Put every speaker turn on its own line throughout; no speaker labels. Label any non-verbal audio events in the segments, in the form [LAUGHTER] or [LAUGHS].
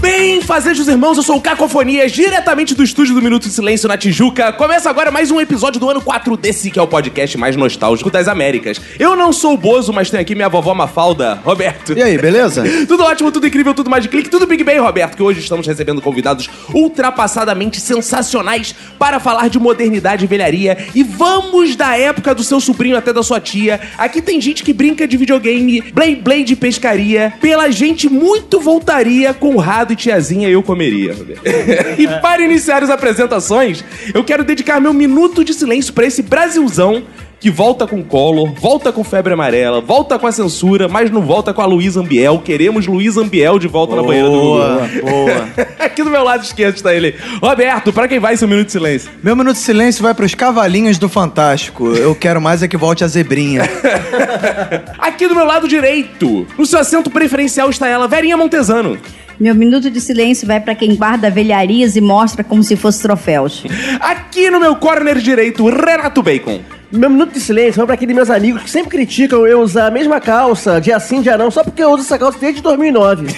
Bem, fazejos irmãos, eu sou o Cacofonias, diretamente do estúdio do Minuto de Silêncio na Tijuca. Começa agora mais um episódio do ano 4 desse, que é o podcast mais nostálgico das Américas. Eu não sou o Bozo, mas tenho aqui minha vovó Mafalda, Roberto.
E aí, beleza?
[LAUGHS] Tudo ótimo, tudo incrível, tudo mais de clique, tudo Big Bang, Roberto, que hoje estamos recebendo convidados ultrapassadamente sensacionais para falar de modernidade e velharia. E vamos da época do seu sobrinho até da sua tia. Aqui tem gente que brinca de videogame, Blade Blade de pescaria. Pela gente, muito voltaria com Rado e tiazinha eu comeria, [LAUGHS] Roberto. e para iniciar as apresentações, eu quero dedicar meu minuto de silêncio para esse Brasilzão que volta com Collor, volta com febre amarela, volta com a censura, mas não volta com a Luísa Ambiel. Queremos Luísa Ambiel de volta na banheira do
Boa,
Gugu.
boa.
[LAUGHS] Aqui do meu lado esquerdo está ele. Roberto, pra quem vai seu minuto de silêncio?
Meu minuto de silêncio vai pros cavalinhos do Fantástico. Eu quero mais é que volte a zebrinha.
Aqui do meu lado direito, no seu assento preferencial está ela, Verinha Montesano.
Meu minuto de silêncio vai pra quem guarda velharias e mostra como se fosse troféus.
Aqui no meu corner direito, Renato Bacon.
Meu minuto de silêncio vai para aqueles meus amigos que sempre criticam eu usar a mesma calça de assim de arão só porque eu uso essa calça desde 2009.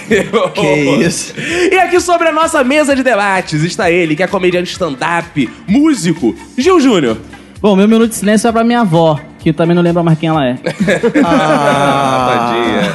Que isso.
E aqui sobre a nossa mesa de debates está ele, que é comediante stand-up, músico, Gil Júnior.
Bom, meu minuto de silêncio é pra minha avó, que também não lembra mais quem ela é.
[LAUGHS] Ah,
Ah,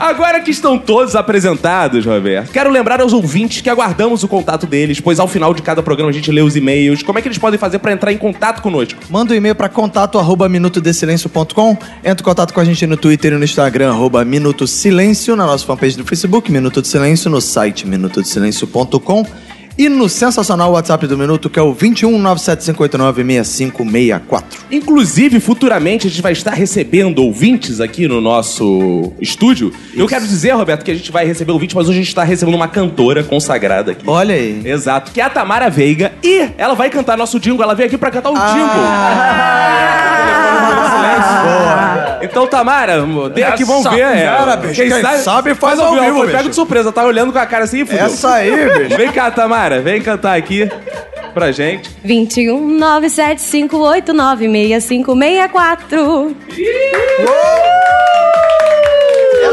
Agora que estão todos apresentados, Roberto, quero lembrar aos ouvintes que aguardamos o contato deles, pois ao final de cada programa a gente lê os e-mails. Como é que eles podem fazer pra entrar em contato conosco?
Manda um e-mail pra contato arroba minutodesilêncio.com. Entra em contato com a gente no Twitter e no Instagram, arroba Minuto Silêncio, na nossa fanpage do Facebook, Minuto de Silêncio, no site minutodesilêncio.com e no sensacional WhatsApp do Minuto, que é o 21 6564.
Inclusive, futuramente a gente vai estar recebendo ouvintes aqui no nosso estúdio. Eu quero dizer, Roberto, que a gente vai receber ouvintes, mas hoje a gente está recebendo uma cantora consagrada aqui.
Olha aí.
Exato, que é a Tamara Veiga e ela vai cantar nosso jingle. Ela veio aqui pra cantar o
Ah.
jingle. Então, Tamara, dê aqui, vamos ver. é.
Cara, bicho, quem sabe faz ao vivo,
Foi pego
bicho.
de surpresa, tá olhando com a cara assim e fudeu.
Essa aí,
[LAUGHS]
bicho.
Vem cá, Tamara, vem cantar aqui pra gente.
21 975896564.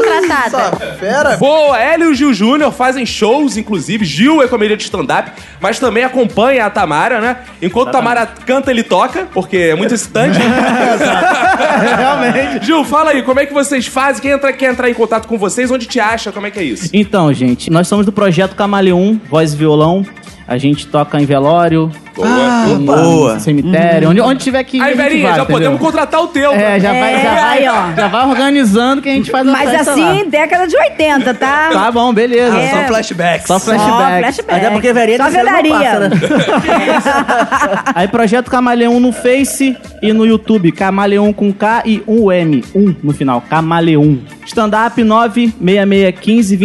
Contratada.
Essa fera,
Boa, ela e o Gil Júnior fazem shows, inclusive. Gil é comediante de stand-up, mas também acompanha a Tamara, né? Enquanto Tamara canta, ele toca, porque é
[LAUGHS]
muito excitante. Realmente. Gil, fala aí, como é que vocês fazem? Quem entra, quer entrar em contato com vocês? Onde te acha? Como é que é isso?
Então, gente, nós somos do projeto Camaleão, voz e violão. A gente toca em velório,
Ah,
no-
boa.
no cemitério,
Uhum.
onde, onde tiver que ir. a
Aí,
gente
Verinha,
vai,
já
entendeu?
podemos contratar o teu. né?
É, já
É,
vai, já
já
vai,
vai, ó.
Já vai organizando que a gente faz a
Mas
festa
assim, década de 80, tá?
lá. [LAUGHS] Tá
Ah,
bom, beleza.
É.
são flashbacks.
Só
Só
flashbacks.
flashback.
Até porque velharia
Só
de cinema não
velharia.
passa, né?
[LAUGHS] Aí projeto Camaleão no Face e no YouTube. Camaleão com K e um M. Um no final. Camaleão. Stand-up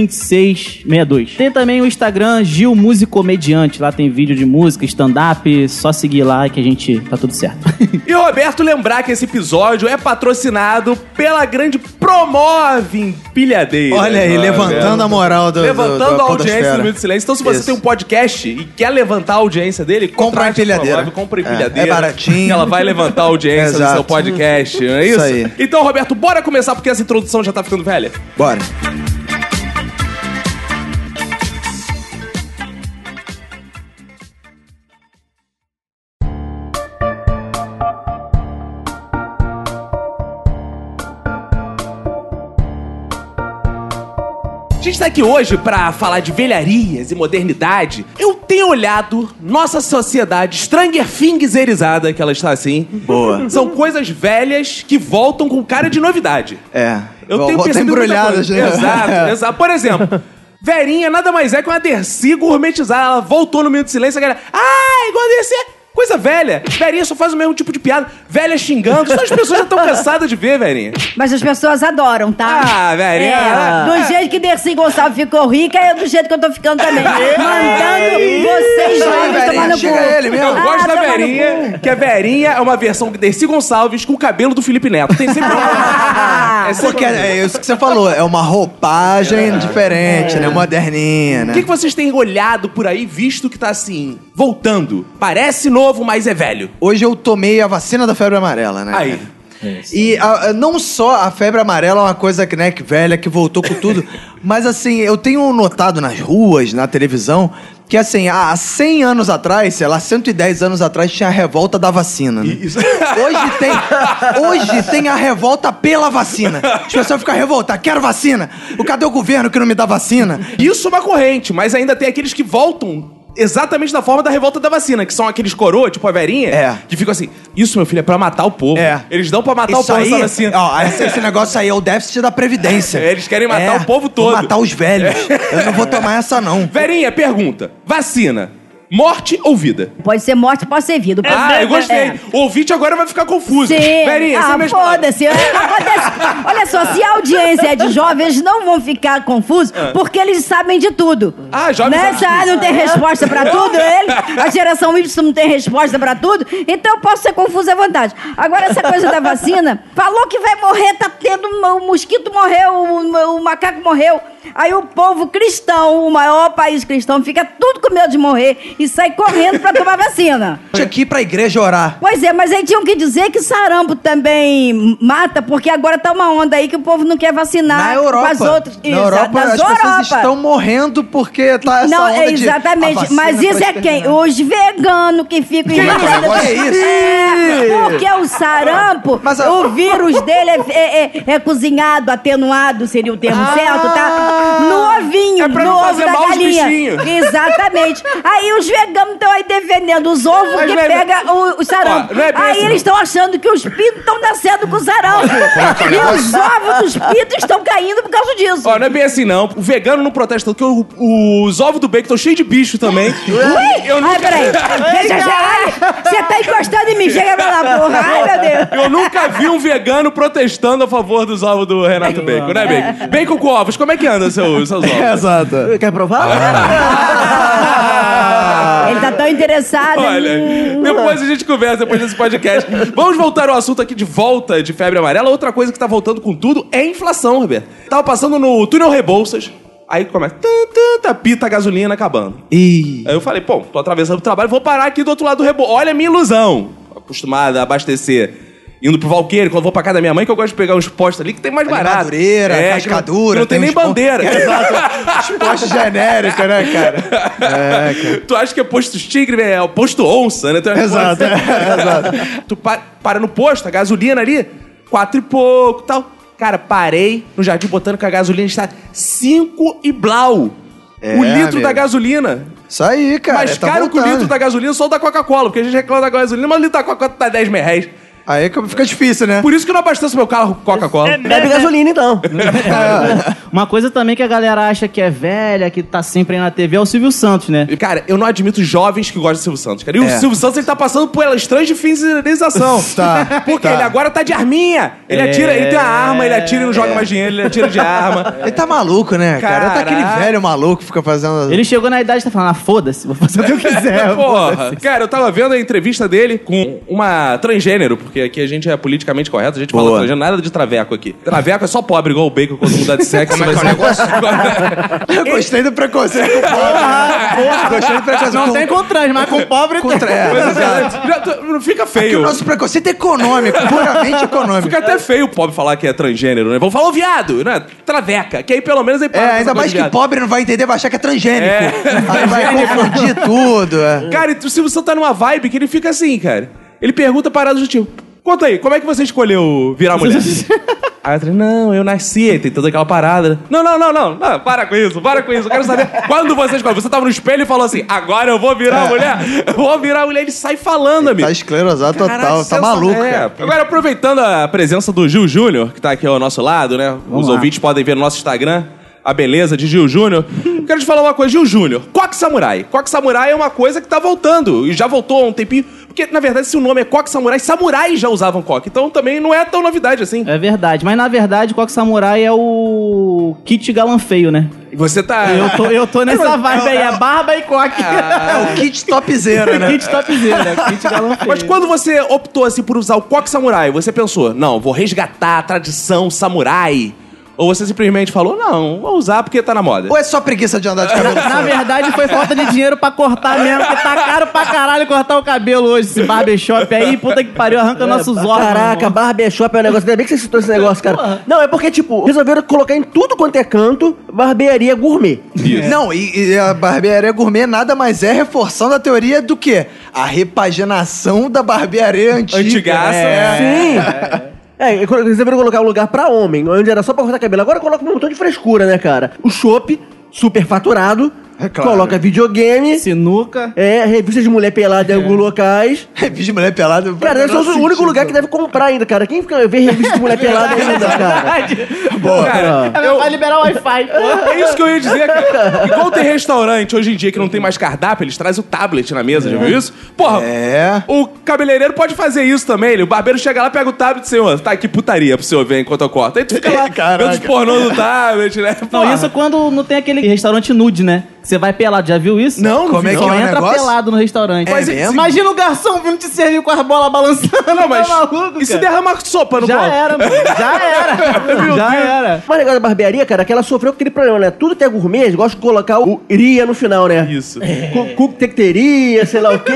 966152662. Tem também o Instagram Gil Músico Comediante. Lá tem vídeo de música, stand-up. Só seguir lá que a gente tá tudo certo.
E o Roberto lembrar que esse episódio é patrocinado pela grande Promove Empilhadeira.
Olha aí,
Roberto.
levantando a moral do, do-
Levantando
da
a audiência
podosfera.
do Minuto de Silêncio. Então, se você
Isso.
tem um podcast e quer levantar a audiência dele,
Compra uma
contrate
empilhadeira.
com a Provável, compra a empilhadeira.
É, é baratinho.
Ela vai levantar a audiência do
Exato.
seu podcast, não é isso?
Isso aí.
Então, Roberto, bora começar porque essa introdução já tá ficando velha.
Bora.
A gente tá aqui hoje pra falar de velharias e modernidade. Eu tenho olhado nossa sociedade Stranger Thingserizada, que ela está assim.
Boa.
São coisas velhas que voltam com cara de novidade.
É.
Eu
Vo-
tenho
volta
percebido
embrulhada,
muita coisa.
gente. [LAUGHS]
Exato, exato. Por exemplo, Verinha nada mais é que uma Dercy gourmetizada. Ela voltou no meio do silêncio, a galera... Ah, igual a Dercy... Coisa velha. Velhinha só faz o mesmo tipo de piada. Velha xingando. Só as pessoas já estão cansadas de ver, velhinha.
[LAUGHS] Mas as pessoas adoram, tá?
Ah, velhinha.
É, do jeito que Dercy Gonçalves ficou rica, é do jeito que eu tô ficando também.
É
Mandando vocês jovens
Verinha,
tomar no
chega
cu.
ele mesmo.
Eu gosto
Ah,
da
tomar no
Verinha, que a Verinha é uma versão de Dercy Gonçalves com o cabelo do Felipe Neto.
[LAUGHS]
Tem sempre
[LAUGHS]
um- uma... é sempre
Porque é isso que você falou, é uma roupagem diferente, né? Moderninha,
O
né?
É. que, que vocês têm olhado por aí, visto que tá assim, voltando? Parece novo, mas é velho.
Hoje eu tomei a vacina da febre amarela, né?
Aí.
cara? E a- a- não só a febre amarela é uma coisa que, né, que velha, que voltou com
[LAUGHS]
tudo, mas assim, eu tenho notado nas ruas, na televisão, que assim, há 100 anos atrás, sei lá, 110 anos atrás, tinha a revolta da vacina. Né?
[LAUGHS]
Hoje tem, hoje tem a revolta pela vacina. As pessoas ficam revoltadas, quero vacina. O cadê o governo que não me dá vacina?
Isso é uma corrente, mas ainda tem aqueles que voltam exatamente da forma da revolta da vacina, que são aqueles coroa, tipo a Verinha,
É.
que ficam assim, isso, meu filho, é pra matar o povo.
É.
Eles dão pra matar o
Isso
povo
aí,
essa vacina.
ó, esse, esse negócio aí é o déficit da Previdência.
É, eles querem matar o povo todo. É.
vou Matar os velhos. Eu não vou tomar essa, não.
[LAUGHS] Verinha, pergunta, vacina, morte ou vida?
Pode ser morte, pode ser vida.
ah, eu gostei.
É.
O ouvinte agora vai ficar confuso.
Sim.
Verinha, essa é a
ah,
mesma-
foda-se. Acontece- Olha só, se a audiência é de jovens, não vão ficar confusos, porque eles sabem de tudo.
Ah, jovens
Nessa
sabem de
área não tem resposta pra tudo,
[LAUGHS]
ele, a geração Y não tem resposta pra tudo, então eu posso ser confusa à vontade. Agora, essa coisa da vacina, falou que vai morrer, tá tendo, o mosquito morreu, o, o macaco morreu. Aí o povo cristão, o maior país cristão, fica tudo com medo de morrer e sai correndo pra tomar vacina.
Tinha que ir pra igreja orar.
Pois é, mas aí tinham que dizer que sarampo também mata, porque agora tá uma onda aí que o povo não quer vacinar
Na
com
Europa.
as outras.
na Europa,
nas
as pessoas estão morrendo porque tá essa
não,
onda
é
de- a
exatamente.
vacina
Mas isso
pra
é quem?
exterminar.
Os veganos que ficam
Que
invadindo-
negócio é isso?
É, porque o sarampo,
Mas a-
o vírus dele é, é- é- é cozinhado, atenuado, seria o
Ah.
termo certo, tá? No ovinho,
É pra
no
não
ovo
fazer
da
mal aos
galinha.
bichinhos.
Exatamente. Aí os veganos estão aí defendendo os ovos
Mas
que
não é-
pega o, o sarampo.
Ó, não é bem
aí
assim, não.
eles estão achando que os pitos estão nascendo com sarampo. e os ovos dos pitos estão caindo por causa disso.
tá Ó, não é bem assim, não. O vegano não protesta, porque o- os ovos do bacon estão cheios de bicho também.
Ui!
Eu nunca-
Ai, peraí.
[LAUGHS]
Deixa gerar. Você tá encostando em mim. Chega pra lá, porra. Ai, meu Deus.
Eu nunca vi um vegano protestando a favor dos ovos do Renato Bacon, né, Bacon? Bacon com ovos, como é que anda seu, seus ovos? Ah.
Exato.
Quer provar?
Ele tá tão interessado.
Olha, depois a gente conversa, depois desse podcast. Vamos voltar ao assunto aqui de volta de febre amarela. Outra coisa que tá voltando com tudo é a inflação, Roberto. Tava passando no túnel Rebouças, aí começa... tan, tan, tá, Pita a gasolina acabando.
E...
Aí eu falei, pô, tô atravessando o trabalho, vou parar aqui do outro lado do rebo. Olha a minha ilusão. Acostumada a abastecer. Indo pro Valqueiro, quando eu vou pra casa da minha mãe, que eu gosto de pegar uns postos ali que tem mais
Tem
barato.
Madureira,
que não-
cascadura.
que Não tem, nem
uns pon-
bandeira.
[LAUGHS] Exato.
[LAUGHS]
Resposta genérica, né, cara?
tu acha que é posto tigre, é o posto onça, né? Tu acha que
Exato,
pode ser-
é, exato.
[LAUGHS] Tu pa- para no posto, a gasolina ali, quatro e pouco tal. Cara, parei no Jardim Botânico, a gasolina está cinco e blau.
É,
o litro
amigo.
da gasolina.
Isso aí, cara.
mais
tá
caro que o litro
voltando.
da gasolina só o da Coca-Cola, porque a gente reclama da gasolina, mas o litro da Coca-Cola tá 10 mil reais.
Aí que fica difícil, né? É
Por isso que eu não abasteço meu carro com Coca-Cola.
né,
É,
Bebe
[LAUGHS]
gasolina, então.
Uma coisa também que a galera acha que é velha, que tá sempre aí na TV, é o Silvio Santos, né?
E, Cara, eu não admito jovens que gostam do Silvio Santos, cara. E o
É.
Silvio Santos, ele tá passando por estranha finalização.
[LAUGHS] Tá,
Porque
tá. É.
ele agora tá de arminha. Ele atira, ele tem a arma, ele atira e não joga mais dinheiro, ele atira de arma.
[LAUGHS] Ele tá maluco, né, cara? Tá aquele
Caraca.
velho maluco que fica fazendo...
Ele chegou na idade e tá falando, ah, foda-se, vou fazer o que eu
[LAUGHS]
é, [LAUGHS]
quiser.
Porra, cara, eu tava vendo a entrevista dele com uma transgênero, porque aqui a gente é politicamente correto, a gente fala
Boa.
transgênero, nada de traveco aqui. Traveco é só pobre, igual o bacon quando muda de sexo. Como é que é o negócio?
Eu gostei do preconceito com o pobre. Gostei do preconceito
Não
com-
tem com trans, mas com pobre tem.
Contra... É,
Mas,
exato.
cara, já tô- não fica
Porque
feio.
o nosso preconceito é
[LAUGHS]
econômico, puramente econômico.
Fica até feio o pobre falar que é transgênero, né? Vamos falar o viado, né? Traveca, que aí pelo menos ele
É, ainda mais que pobre não vai entender, vai achar que é transgênico.
É.
Aí vai confundir tudo. é.
Cara, e o Silvio Santos tá numa vibe que ele fica assim, cara. Ele pergunta paradas do tipo: Conta aí, como é que você escolheu virar mulher? Aí eu falei, não, eu nasci, aí tem toda aquela parada. Não, não, não, não, não, para com isso, para com isso. Eu quero saber quando você escolheu. Você tava no espelho e falou assim, agora eu vou virar mulher. Eu vou virar mulher. Ele sai falando, amigo.
Tá esclerosado
Caraca,
total, tá
sensa-
maluco.
É.
cara.
Agora, aproveitando a presença do Gil Júnior, que tá aqui ao nosso lado, né? Os
lá.
ouvintes podem ver no nosso Instagram a beleza de
[LAUGHS]
Gil Júnior. Quero te falar uma coisa, Gil Júnior. Coque Samurai. Coque Samurai é uma coisa que tá voltando. E já voltou há um tempinho. porque Porque, na verdade, se o nome é coque samurai, samurais já usavam coque. Então também não é tão novidade assim.
É verdade. Mas na verdade, Coque Samurai é o kit galanfeio, né?
Você tá.
Eu tô,
[LAUGHS]
eu tô nessa vibe aí. É barba e coque. É
É o kit
[LAUGHS]
topzera, né?
[LAUGHS]
kit topzera, kit galanfeio.
Mas quando você optou assim por usar o coque samurai, você pensou, não, vou resgatar a tradição samurai. Ou você simplesmente falou, não, vou usar porque tá na moda.
Ou é só preguiça de andar de
[LAUGHS]
cabelo
Na
curto?
verdade, foi falta de dinheiro pra cortar mesmo, porque tá caro pra caralho cortar o cabelo hoje, esse barbershop aí, puta que pariu, arranca nossos órgãos.
É, tá Caraca,
mano.
barbershop é um negócio. Ainda bem que você citou esse negócio, cara. Não, é porque, tipo, resolveram colocar em tudo quanto é canto barbearia gourmet.
Não, e, e a barbearia gourmet nada mais é reforçando a teoria do quê? A repaginação da barbearia antiga.
Antigaça,
É.
né?
Sim! É, e quando eles deveriam colocar um lugar pra homem, onde era só pra cortar cabelo. Agora coloca um montão de frescura, né, cara? O chopp, super faturado,
É claro.
coloca videogame,
Sinuca.
é, revista de mulher pelada em alguns locais.
É. [LAUGHS] Revista de mulher pelada.
Cara, eu sou o único lugar que deve comprar ainda, cara. Quem fica vê revista de mulher pelada
É
[LAUGHS]
ainda, cara?
Boa.
Cara, eu-
Vai é liberar o Wi-Fi, pô.
É isso que eu ia dizer, cara. Igual tem restaurante hoje em dia que não tem mais cardápio, eles trazem o tablet na mesa, já viu isso? Porra,
É.
o cabeleireiro pode fazer isso também. ele- O barbeiro chega lá, pega o tablet e senhor, tá aqui putaria pro senhor ver enquanto eu corto. Aí tu fica
[LAUGHS]
lá,
Caraca.
vendo os pornô do tablet, né?
Não,
Porra.
isso quando não tem aquele restaurante nude, né? Você vai pelado, já viu isso?
Não, não
Como
vi.
é que
Só
é
entra
entra pelado no
É
restaurante.
Mas mesmo?
Imagina o garçom vindo te servir com as bolas balançando.
Não, mas.
tá maluco,
e se
cara?
derramar sopa no
Já
copo?
era, mano.
[LAUGHS]
Já era. já era.
Mas o negócio da barbearia, cara, é que ela sofreu aquele problema, né? Tudo que é gourmet, eles gostam de colocar o iria no final, né?
Isso.
Cu- Cu que teria, sei lá
[LAUGHS]
o quê.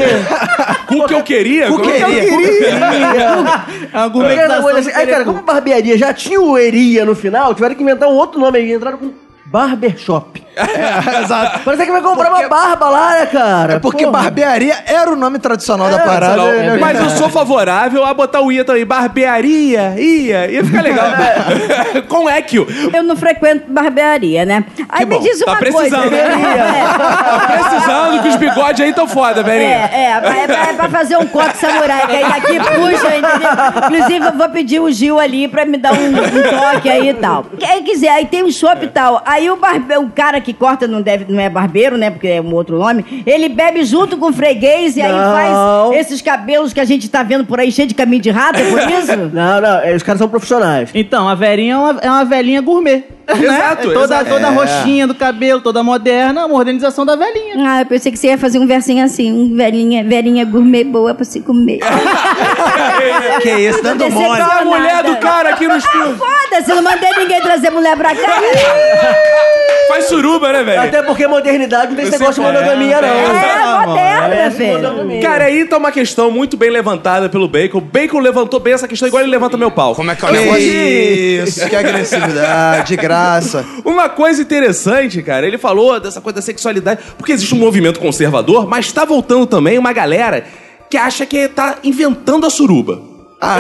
O que eu queria?
O que
Eu
queria?
[LAUGHS] queria.
É uma
Aí, cara,
gourmetização
olha assim,
do
aí, cara,
querer-
é
como a barbearia já tinha o Eria no final, tiveram que inventar um outro nome aí. Entraram com
[LAUGHS]
Barbershop.
É,
Exato.
Parece que vai comprar uma barba lá, né, cara?
É porque
Porra.
barbearia era o nome tradicional da parada.
Não,
né?
mas eu sou favorável a botar o ia também. Barbearia, ia, ia ficar
[LAUGHS]
legal. Com Equio.
Eu não frequento barbearia, né? Aí me
bom.
diz
Tá
uma coisa.
precisando, [LAUGHS] Tá precisando que os bigodes aí tão foda,
É,
velhinho.
é, é, pra- é pra, é pra fazer um coque samurai, que aí daqui puxa, entendeu? Inclusive, eu vou pedir o Gil ali pra me dar um, um toque aí e tal. Quem quiser, aí tem um chopp e tal. Aí o, barbe, o cara que corta não, deve, não é barbeiro, né? Porque é um outro nome. Ele bebe junto com o freguês e aí
Não.
faz esses cabelos que a gente tá vendo por aí cheio de caminho de
Ah,
rato, é por
Né? [LAUGHS]
isso?
Não, não, é, os caras são profissionais.
Então, a velhinha é uma, é uma velhinha gourmet. né?
Exato,
É toda,
exato.
toda roxinha do cabelo, toda moderna, uma modernização da velhinha.
Ah, eu pensei que você ia fazer um versinho assim, um velhinha, velhinha gourmet boa pra se
[LAUGHS]
comer.
Que isso, dando
Descer
mole.
pra
É A mulher do cara aqui no estúdio.
[LAUGHS] Foda-se, não mandei ninguém trazer mulher pra cá.
Faz suruba, né, velho?
Até porque modernidade não tem esse
Você-
negócio de monogamia, não.
É, moderna, velho.
Cara, aí tá uma questão muito bem levantada pelo Bacon. O Bacon levantou bem essa questão, igual ele levanta meu pau. Como é que
Que
[LAUGHS]
isso, que agressividade, Ah, graça.
Uma coisa interessante, cara, ele falou dessa coisa da sexualidade, porque existe um movimento conservador, mas tá voltando também uma galera que acha que tá inventando a suruba.
Ah,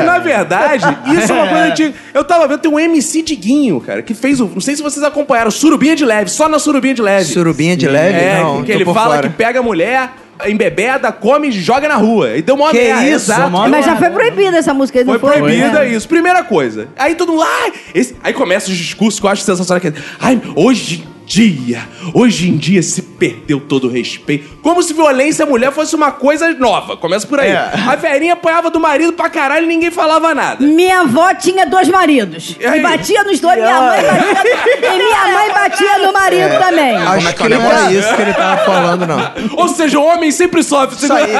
E, na verdade, isso é uma coisa antiga. Eu tava vendo, tem um MC Diguinho, cara, que fez o. Não sei se vocês acompanharam, Surubinha de Leve, só na Surubinha de Leve.
Surubinha de leve?
É,
não,
que
tô
ele
por
fala
fora.
que pega a mulher, embebeda, come e joga na rua. E deu mó
Que
merda,
isso,
é exato.
mó
Mas já foi né? proibida essa música, não
Foi
foi? É.
proibida isso. Primeira coisa. Aí todo mundo. Ai, esse- Aí começa os discursos que eu acho sensacional. Que é, Ai, hoje em dia, hoje em dia se perdeu todo o respeito. Como se violência à mulher fosse uma coisa nova. Começa por aí.
É.
A velhinha apanhava do marido pra caralho e ninguém falava nada.
Minha avó tinha dois maridos.
E aí?
E batia nos dois, minha mãe batia. E minha mãe batia no marido
É.
também.
É. Acho que não é. era isso que ele tava falando, não.
Ou seja, o homem sempre sofre.
Isso aí.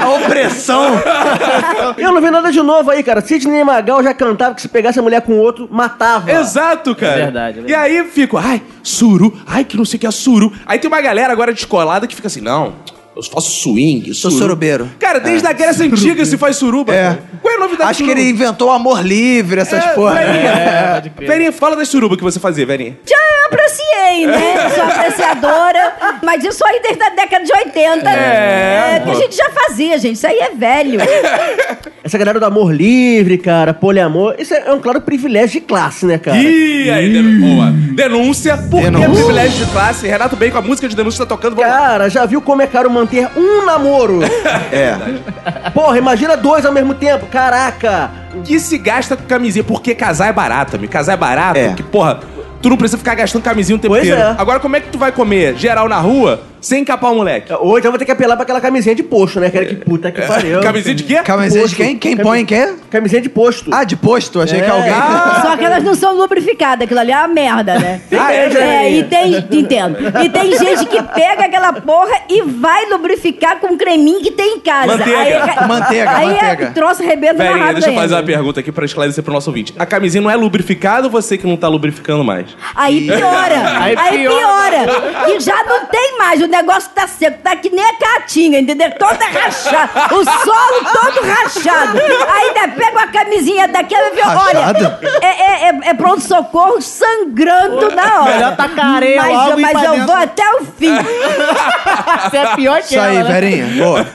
A
[LAUGHS]
opressão.
Eu não vi nada de novo aí, cara. Sidney Magal já cantava que se pegasse a mulher com outro, matava.
Exato, cara.
É verdade, é
E aí fico, ai, suru, ai, que não sei o que é suru. Aí tem uma galera agora descolada que fica assim, não, eu faço swing,
Sou
suru.
surubeiro.
Cara, desde a Grécia Antiga se faz suruba.
É.
cara. Qual é a novidade
Acho
do
que ele
suruba?
inventou o amor livre, essas
É,
porra.
Verinha. Verinha, fala das suruba que você fazia, Verinha.
Já eu apreciei, né? Sou apreciadora. Mas isso aí desde a década de 80.
É,
É, que a
pô.
gente já fazia, gente. Isso aí é velho.
Essa galera do amor livre, cara, poliamor, isso é um claro privilégio de classe, né, cara?
Ih, aí, den- boa. Denúncia, por que
Denúncia.
privilégio de classe? Renato bem com a música de denúncia tá tocando. vamos lá.
Cara, já viu como é caro manter um
[LAUGHS]
namoro?
É.
[LAUGHS] Porra, imagina dois ao mesmo tempo, caraca!
que se gasta com camisinha? Porque casar é barato, amigo. Casar é barato,
É.
que, porra, tu não precisa ficar gastando camisinha o tempo
Pois
inteiro.
é.
Agora, como é que tu vai comer geral na rua? Sem encapar o moleque.
Ou então vou ter que apelar pra aquela camisinha de posto, né? Aquela que puta que pariu.
É. Camisinha de quê?
É. Camisinha de quem? Quem põe quem? é?
Camisinha de posto.
Ah, de posto? Achei que
É.
alguém.
Ah, Só que elas não são lubrificadas, aquilo ali é uma merda, né?
Ah, é,
é,
Janelinha?
e tem, entendo. E tem gente que pega aquela porra e vai lubrificar com o creminho que tem em casa.
Manteiga.
Aí, é
Manteiga,
aí
manteiga.
é troço arrebenta na
Peraí,
rabo
deixa eu fazer uma
né?
ainda.
pergunta aqui pra esclarecer pro nosso ouvinte. A camisinha não é lubrificada ou você que não tá lubrificando mais?
Aí
[LAUGHS]
piora.
[LAUGHS] Aí
aí,
piora.
piora. E já não tem mais. O negócio tá seco. Tá que nem a catinga, entendeu? Toda rachada. O solo todo rachado. Aí ainda pega uma camisinha daquela e vê, olha.
Rachado?
É, é- é- é pronto-socorro sangrando na hora.
Melhor tacar areia
Mas,
logo e
mas
pra
eu
dentro.
vou até o fim.
Você é pior que
Isso aí, Verinha. Boa.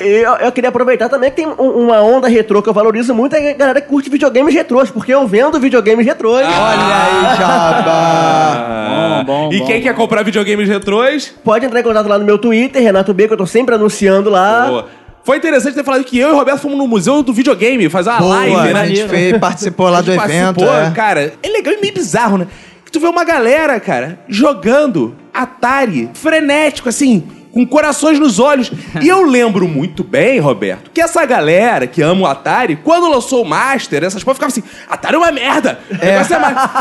Eu, eu queria aproveitar também que tem um- uma onda retrô que eu valorizo muito, é a galera que curte videogames retrôs, porque eu vendo videogames retrôs.
Olha aí, Jabá.
Bom, bom,
e
bom.
quem quer comprar videogames retrôs?
Pode entrar em contato lá no meu Twitter, Renato B, que eu tô sempre anunciando lá.
Boa. Foi interessante ter falado que eu e o Roberto fomos no Museu do Videogame fazer uma
Boa,
live, né?
a gente fez, participou lá do evento.
Participou,
é.
cara. É legal e meio bizarro, né? Que tu vê uma galera, cara, jogando Atari, frenético, assim, com corações nos olhos. E eu lembro muito bem, Roberto, que essa galera que ama o Atari, quando lançou o Master, essas porra ficavam assim, Atari é uma merda. É.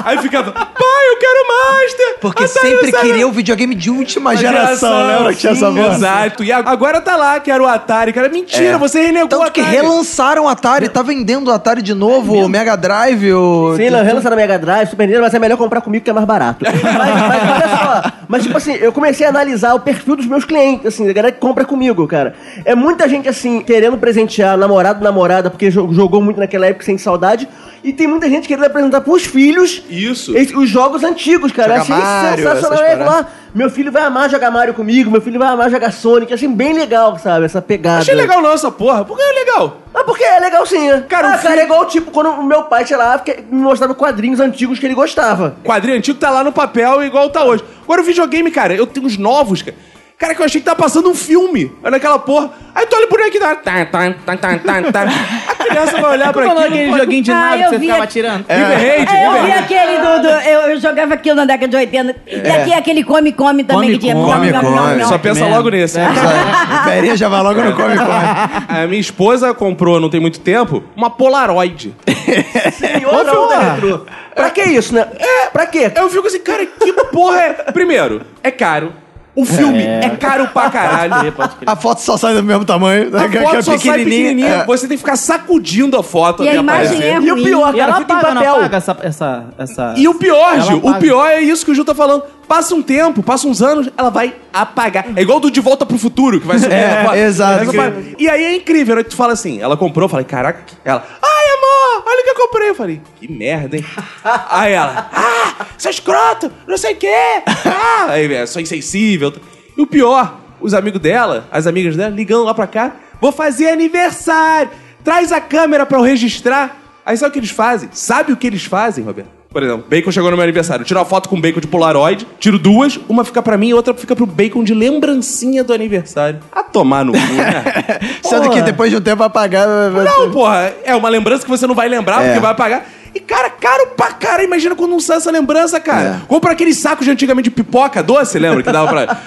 Aí ficava, pai, eu quero Master.
Porque
Atari é
sempre
não sei-
queria o videogame de última geração, né? Era que tinha essa
Sim,
voz. É.
Exato. E agora tá lá, que era o Atari, cara. Mentira, você renegou o
Tanto que
Atari. É,
relançaram o Atari, tá vendendo o Atari de novo, o Mega Drive, o.
Sim, relança na Mega Drive, Super Nintendo, mas é melhor comprar comigo que é
[LAUGHS]
mais barato. mas, mas olha só, mas tipo assim, eu comecei a analisar o perfil dos meus clientes, assim, da galera que compra comigo, cara. É muita gente, assim, querendo presentear namorado, namorada, porque jo- jogou muito naquela época sem saudade. E tem muita gente querendo apresentar pros filhos
Isso.
es- os jogos antigos, cara.
Jogar
Eu achei
Mario,
sensacional.
essas
Eu ia falar, meu filho vai amar jogar Mario comigo, meu filho vai amar jogar Sonic. Achei bem legal, sabe, essa pegada.
Achei legal não essa porra. Por que é legal?
Ah, porque é legal sim,
Cara,
né?
um o
Cara, ah,
filme-
cara, é igual tipo quando o meu pai, sei lá, fica- me mostrava quadrinhos antigos que ele gostava.
O quadrinho antigo tá lá no papel igual tá hoje. Agora o videogame, cara, eu tenho uns novos, cara. Cara, que eu achei que tá passando um filme. Olha aquela porra. Aí tu olha por aqui. Tá, tá, tá, tá, tá, tá, tá. A criança vai olhar pra
Como é
aqui.
aquele joguinho de
Ah,
nave que
eu
você
vi
ficava
aqui.
tirando?
Riverhead,
É, eu vi
Riverhead.
aquele do. do- eu, eu jogava aquilo na década de 80. E aqui é aquele come-come também que tinha.
Come-Come. Come-Come.
Só pensa logo
merda.
[LAUGHS]
nesse. né?
Verinha É. já vai logo no Comic Con.
[LAUGHS] A minha esposa comprou, não tem muito tempo, uma Polaroid.
Tem outra onda retrô. Pra que isso, né? É, pra quê?
Eu fico assim, cara, que porra é? Primeiro, é caro. O filme é, caro pra caralho.
A foto só sai do mesmo tamanho.
A
que- que
foto
é
só sai pequenininha.
É.
Você tem que ficar sacudindo a foto
E a
até
imagem
aparecer.
é ruim.
E o pior,
E
cara,
tá
ela
fica em
paga,
papel.
não paga essa... essa, essa...
E o pior,
Ela
Gil, o
apaga.
pior é isso que o Gil tá falando. Passa um tempo, passa uns anos, ela vai apagar. É igual do De Volta pro Futuro, que vai
[LAUGHS]
subir
É,
a foto.
exato.
Essa parada. E aí é incrível, né? Tu fala assim, ela comprou, eu falei, caraca, que- ela, ai amor, olha o que eu comprei. Eu falei, que
[LAUGHS]
merda, hein? aí ela, ah, você é escroto, não sei o
[LAUGHS]
quê. Ah, aí, é, sou insensível. E o pior, os amigos dela, as amigas dela, ligando lá pra cá, vou fazer aniversário, traz a câmera pra eu registrar. Aí sabe o que eles fazem? Sabe o que eles fazem, Roberto? Por exemplo, Bacon chegou no meu aniversário. Eu tiro uma foto com Bacon de Polaroid, tiro duas, uma fica pra mim e outra fica pro Bacon de lembrancinha do aniversário. A tomar no cu, [LAUGHS] né?
[LAUGHS] Sendo que depois de um tempo apagar. vai-
Não, porra. É uma lembrança que você não vai lembrar,
É.
porque vai apagar. E, cara, caro pra cara. Imagina quando não sai essa lembrança, cara.
É.
Compra aquele saco de antigamente de pipoca doce, lembra? Que dava pra... pra-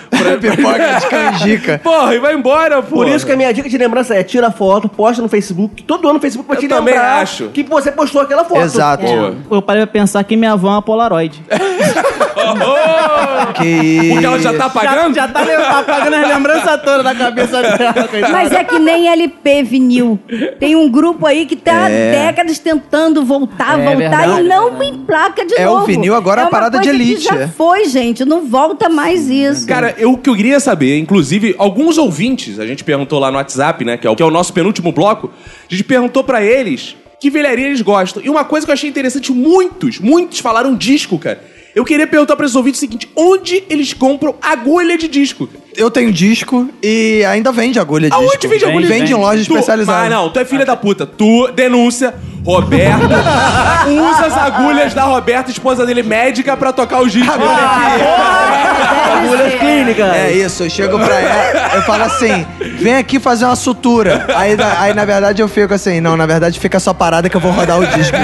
[LAUGHS] Pipoca
[LAUGHS]
de canjica.
Porra, e vai embora,
Por
porra.
isso que a minha dica de lembrança é tira a foto, posta no Facebook, que todo ano o Facebook vai
Eu
te
também
lembrar
acho.
que você postou aquela foto. É.
Exato.
Boa.
Eu parei pra pensar que minha avó é
[LAUGHS]
uma Polaroid.
Que isso.
Porque ela já tá
Já,
apagando?
já tá lem- apagando as lembranças todas da
[LAUGHS]
cabeça dela. coitada.
Mas é que nem LP vinil. Tem um grupo aí que tá
É.
há décadas tentando voltar,
É
voltar
verdade,
e não emplaca de
É, o
novo.
vinil agora é
uma
a parada de
coisa
elite,
Que
é.
já foi, gente. Não volta mais isso.
Cara, eu o que eu queria saber, inclusive, alguns ouvintes, a gente perguntou lá no WhatsApp, né, que é o, que é o nosso penúltimo bloco, a gente perguntou pra eles que velharia eles gostam. E uma coisa que eu achei interessante, muitos, muitos falaram disco, cara. Eu queria perguntar pra esses ouvintes o seguinte, onde eles compram agulha de disco? cara?
Eu tenho disco e ainda vende agulha de disco.
Aonde vende agulha de
Vende em
Vende.
loja
Tu-
especializada.
Mas não, tu é filha da puta. Tu denúncia
[LAUGHS]
Roberto. usa as agulhas da Roberta, esposa dele, médica, pra tocar Ah, os discos.
Agulhas clínicas.
É isso, eu chego pra ela, eu falo assim, vem aqui fazer uma sutura. Aí, na- aí, na verdade, eu fico assim, não, na verdade fica só parada que eu vou rodar o disco.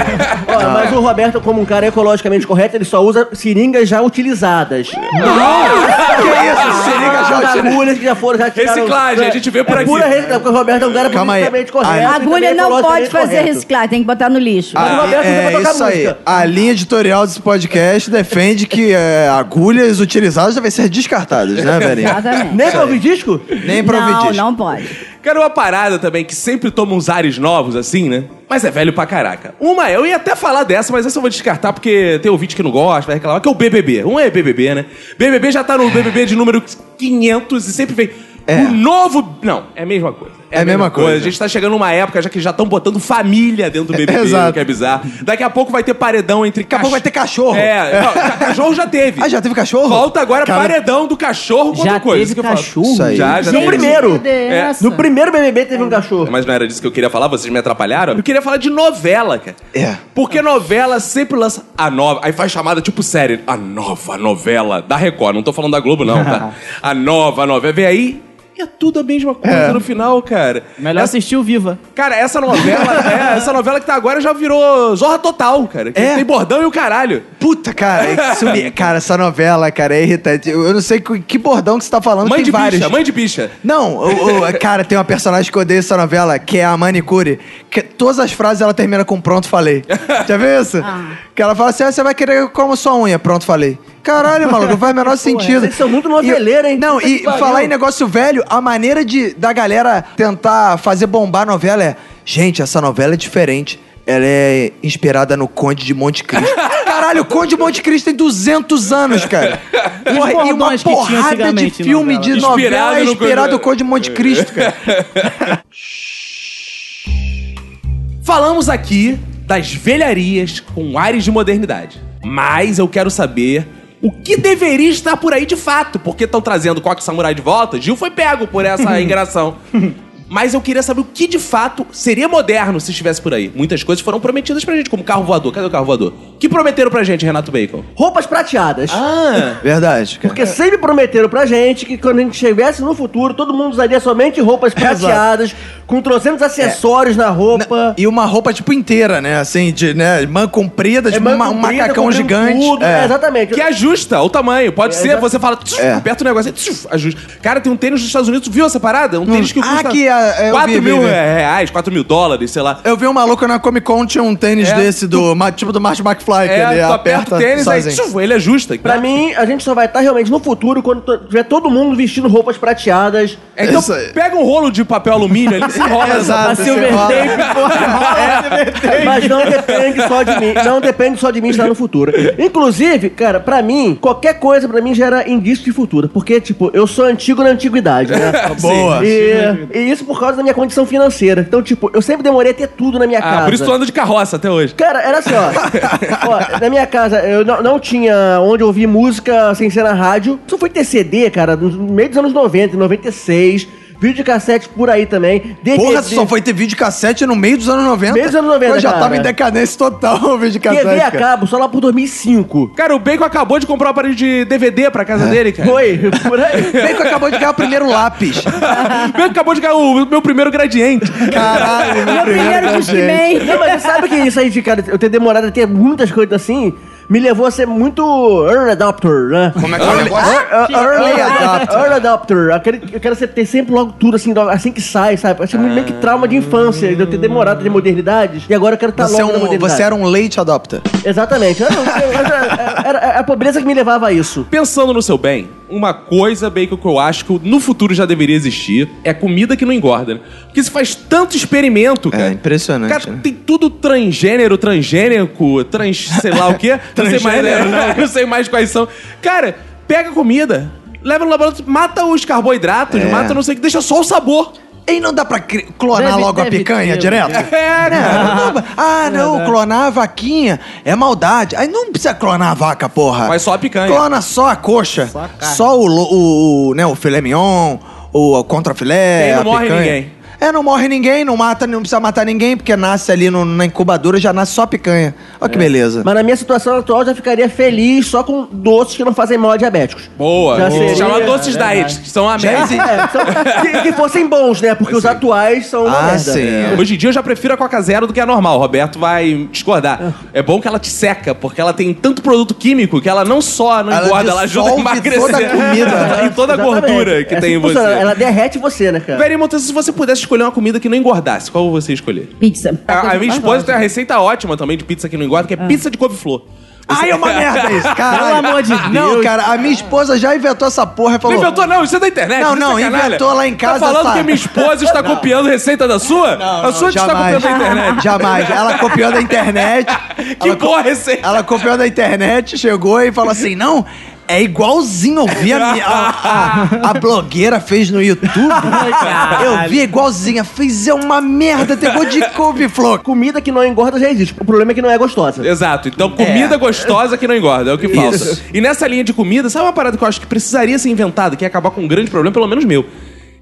Ó, Não, mas o Roberto, como um cara ecologicamente correto, ele só usa seringas já utilizadas.
[LAUGHS]
Ah,
Que isso, seringa já
As
tirei.
agulhas que já foram, já tiraram-
Reciclagem, a gente vê por
é
aqui.
Pura reciclagem, porque o Roberto é um cara
Calma aí.
politicamente correto.
A
A
e também
agulha não pode
ecologicamente
fazer
é correto.
reciclagem, tem que botar no lixo.
Ah,
A,
Roberto não vai
é
tocar
isso aí.
música.
A linha editorial desse podcast defende que é, agulhas utilizadas devem ser descartadas, né, Verinha?
Exatamente.
Nem pra ouvir disco?
Nem pra ouvir
Não,
disco.
não pode.
Cara, uma parada também que sempre toma uns ares novos, assim, né? Mas é velho pra caraca. Uma, eu ia até falar dessa, mas essa eu vou descartar porque tem ouvinte que não gosta, vai reclamar, que é o BBB. Um é BBB, né? BBB já
É.
tá no BBB de número 500 e sempre vem. O novo. Não, é a mesma coisa.
É a mesma coisa.
A gente tá chegando numa época já que já estão botando família dentro
[LAUGHS]
do BBB,
exato.
o que é bizarro. Daqui a pouco vai ter paredão entre. Daqui
a pouco vai ter cachorro.
É,
[LAUGHS]
não, ca- cachorro já teve.
Ah, já teve cachorro?
Volta agora é
Cara-
paredão do cachorro contra
Já
coisa.
teve
que eu falo.
cachorro?
Isso aí.
Já, já
No
teve.
primeiro.
É,
No primeiro BBB teve um cachorro.
mas não era disso que eu queria falar, vocês me atrapalharam. Eu queria falar de novela, cara.
É.
Porque novela sempre lança a nova. Aí faz chamada tipo série. A nova novela da Record. Não tô falando da Globo,
[LAUGHS]
não, tá? A nova novela. Vem aí. e É tudo a mesma coisa no final, cara.
Melhor
Essa-
assistir o Viva.
Cara,
[LAUGHS]
essa novela, é, essa novela que tá agora já virou Zorra Total, cara. Que
É.
Tem bordão e o caralho.
Puta, cara, isso me- cara, essa novela, cara, é irritante. Eu eu não sei que, que bordão que você tá falando,
Mãe
tem
de
vários.
bicha, mãe de bicha.
Não, o- o- cara, tem uma personagem que eu odeio essa novela, que é a manicure. Que todas as frases ela termina com pronto,
[LAUGHS]
falei. Já viu isso? Que ela fala assim: ah, você vai querer que eu como sua unha, pronto, falei. Caralho, maluco, não faz o menor sentido.
vocês são muito noveleiros, hein?
Não,
Puta
e
que pariu.
falar em negócio velho, a maneira de, da galera tentar fazer bombar a novela é: gente, essa novela é diferente. Ela é inspirada no Conde de Monte
[LAUGHS]
Cristo. Caralho, o Conde de Monte Cristo tem 200 anos,
[LAUGHS]
cara. Porra, e uma
bordões que tinha
porrada de
antigamente em
filme
novela.
de novela
Inspirado no
inspirado
Conde-
no Conde de Monte Cristo, cara.
Falamos aqui das velharias com ares de modernidade. Mas eu quero saber o que deveria estar por aí de fato, porque estão trazendo Coque Samurai de volta. Gil foi pego por essa enganação. Mas eu queria saber o que de fato seria moderno se estivesse por aí. Muitas coisas foram prometidas pra gente, como carro voador. Cadê o carro voador? O que prometeram pra gente, Renato Bacon?
Roupas prateadas.
Ah,
Verdade, cara.
Porque sempre prometeram pra gente que quando a gente chegasse no futuro, todo mundo usaria
[LAUGHS]
somente roupas prateadas, com trocentos
É.
acessórios na roupa.
E uma roupa, tipo, inteira, né? Assim, de, né? Mão comprida, tipo,
manga
uma- um
É comprida,
macacão
cobrindo
gigante.
tudo. É, exatamente.
que ajusta o tamanho. Pode ser,
exato.
você fala, tchuf,
É.
aperta o negócio, aí, tchuf, ajusta. Cara, tem um tênis dos Estados Unidos, viu essa parada? Um tênis que
Ah,
custa
que, ah, eu
4
vi, vi,
mil
vi.
eh, reais, 4 mil dólares, sei lá.
Eu vi um maluco na Comic Con, tinha um tênis
É.
desse, do, ma- tipo do Martin McFly,
É,
que ele
tu
aperta
aperta o tênis, aí
sozinho.
tchuf, ele é né? ajusta.
É.
Pra mim, a gente só vai estar realmente no futuro quando to- tiver todo mundo vestindo roupas prateadas.
É, então,
Isso aí.
pega um rolo de papel alumínio ali, se
[LAUGHS]
enrola.
Exato,
Assim,
você rola. [LAUGHS] é,
[LAUGHS]
Mas não depende só de mim. Não depende só de mim estar no futuro. Inclusive, cara, pra mim, qualquer coisa pra mim já era indício de futuro. Porque, tipo, eu sou antigo na antiguidade, né?
Boa.
E, e isso por causa da minha condição financeira. Então, tipo, eu sempre demorei a ter tudo na minha
Ah,
casa.
por isso tu anda de carroça até hoje.
Cara, era assim, ó. Ó, Na minha casa, eu não, não tinha onde ouvir música sem ser na rádio. Só fui ter CD, cara, no meio dos anos 90, 96. Vídeo de cassete por aí também. DVD,
Porra, tu só foi ter vídeo cassete no meio dos anos 90.
Meio dos anos 90,
Eu já tava
cara.
em decadência total [LAUGHS] o vídeo cassete.
TV a
cara.
cabo, só lá por 2005.
Cara, o Bacon acabou de comprar um aparelho de DVD pra casa dele, cara.
Foi, por
[LAUGHS]
aí.
Bem que eu acabou de ganhar o primeiro lápis.
O Bacon acabou de ganhar o meu primeiro gradiente.
Caralho, meu
Primeiro
gente.
Discman.
Não, mas você sabe que isso aí de cara, eu ter demorado a ter muitas coisas assim, me levou a ser muito early adopter, né?
Como é que é o negócio?
Ah, ah, Early
Early adopter.
adopter. Early adopter. Eu quero, eu quero ser- ter sempre logo tudo assim, logo- assim que sai, sabe? Acho meio
Ah.
que trauma de infância, de eu ter demorado de modernidades. E agora eu quero estar
Você, é
logo na
um,
tá modernidade.
você era um late adopter.
Exatamente. Eu- eu- eu- eu- era é a pobreza que me levava a isso.
Pensando no seu bem, uma coisa, Bacon, que eu acho que no futuro já deveria existir é comida que não engorda, né? Porque se faz tanto experimento,
É,
cara.
impressionante,
Cara,
né?
tem tudo transgênero, transgênico, trans... sei lá
[LAUGHS]
o quê. não, sei mais, né?
Transgênero, né?
[LAUGHS] não sei mais quais são. Cara, pega a comida, leva no laboratório, mata os carboidratos,
É.
mata não sei o que, deixa só o sabor.
E não dá pra cri- clonar
Deve-
logo
deve
a picanha
ter, É
direto?
É, né?
Não, não,
[LAUGHS]
ah, não, clonar a vaquinha é maldade. Aí não precisa clonar a vaca, porra.
Mas só a picanha.
Clona só a coxa. Só, o, lo- o, o, né, o filé mignon, o, o contrafilé,
Quem não
a
morre,
picanha.
ninguém.
É, não morre ninguém, não mata, não precisa matar ninguém, porque nasce ali no- na incubadora, já nasce só picanha. Olha
É.
que beleza.
Mas na minha situação atual, eu já ficaria feliz só com doces que não fazem mal a diabéticos.
Boa.
Já
Boa.
seria-
Chama doces diet, que
Ah,
são a merda. [LAUGHS]
É, são-
[LAUGHS]
que, que fossem bons, né? Porque os atuais são uma
Ah,
merda.
sim. é.
Hoje em dia eu já prefiro a Coca Zero do que a normal. Roberto vai discordar. É bom que ela te seca, porque ela tem tanto produto químico que ela não só não
Ela
engorda, ela ajuda a
dissolve
emagrecer.
toda a comida.
[LAUGHS] e toda a
Exatamente.
gordura que
É
tem em
assim que
você.
funciona, Ela derrete você, né, cara?
Verinha Montes, se você pudesse escolher uma comida que não engordasse, qual você ia escolher?
Pizza.
É
A, a minha esposa tem uma receita ótima também de pizza que não engorda, que é pizza de couve-flor.
Ai, é uma merda
[LAUGHS]
isso, caralho.
Ah. Pelo amor de
Não,
Deus.
cara, a minha esposa já inventou essa porra e
Não
falou...
inventou, não, isso é da internet.
Não,
isso é
não,
canalha.
inventou lá em casa
Tá falando
essa-
que a minha esposa está copiando receita da sua?
Não,
a
não,
sua que está copiando da internet.
Jamais. Ela copiou da internet.
[LAUGHS] Que
ela co-
boa receita.
Ela copiou da internet, chegou e falou assim: não, é igualzinho eu vi a, minha, a, a- a blogueira fez no YouTube.
[LAUGHS]
eu vi é igualzinha, fez é uma merda, tem gosto
[LAUGHS]
de couve-flor.
Comida que não engorda já existe. O problema é que não é gostosa.
Exato. Então, comida gostosa que não engorda, é o que falta. E nessa linha de comida, sabe uma parada que eu acho que precisaria ser inventada, que ia acabar com um grande problema, pelo menos meu?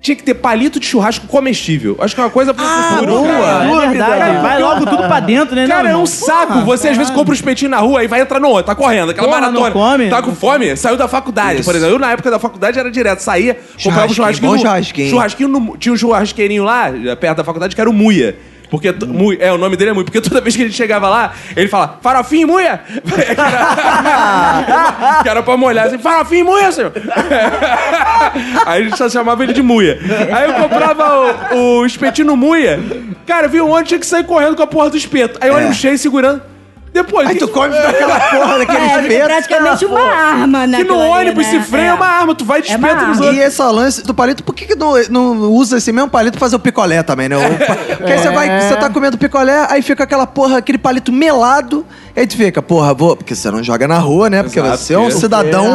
Tinha que ter palito de churrasco comestível. Acho que é uma coisa pro futuro. cara.
É verdade. Vai logo tudo pra dentro, né?
Cara,
não,
é um
irmão?
saco. Você às vezes compra um espetinho na rua e vai entrar no outro, tá correndo, aquela
Porra,
maratona.
não come?
tá com fome? Saiu da faculdade. Por exemplo, eu na época da faculdade era direto, saía, comprava
Churrasquinho,
um churrasquinho.
bom
no-
churrasquinho.
churrasquinho no- tinha um churrasqueirinho lá, perto da faculdade, que era o Muia. Porque. t- Mui- é, o nome dele é Muia. Porque toda vez que ele chegava lá, ele fala: Farofinho, Muia!
[LAUGHS]
que,
Ah,
Ah,
era, que era pra molhar assim: Farofinho, Muia, senhor! [LAUGHS] Aí a gente só chamava ele de Muia. Aí eu comprava o, o espetinho no Muia. Cara, eu vi um monte, tinha que sair correndo com a porra do espeto. Aí eu
É.
cheio segurando. Depois,
Aí
que,
tu come daquela porra, daquele
[LAUGHS] É, fica
espeto.
praticamente uma arma, né?
que no ônibus se freia uma arma, tu vai de
É
espeto
uma
nos
arma.
outros.
E esse é o lance do palito, por que, que não, não usa esse mesmo palito pra fazer o picolé também, né? O
[LAUGHS]
pa- Porque aí você
É.
vai, você tá comendo picolé, aí fica aquela porra, aquele palito melado, aí tu fica, porra, vou. Porque você não joga na rua, né? Porque
Exato,
você é um
porque-
cidadão.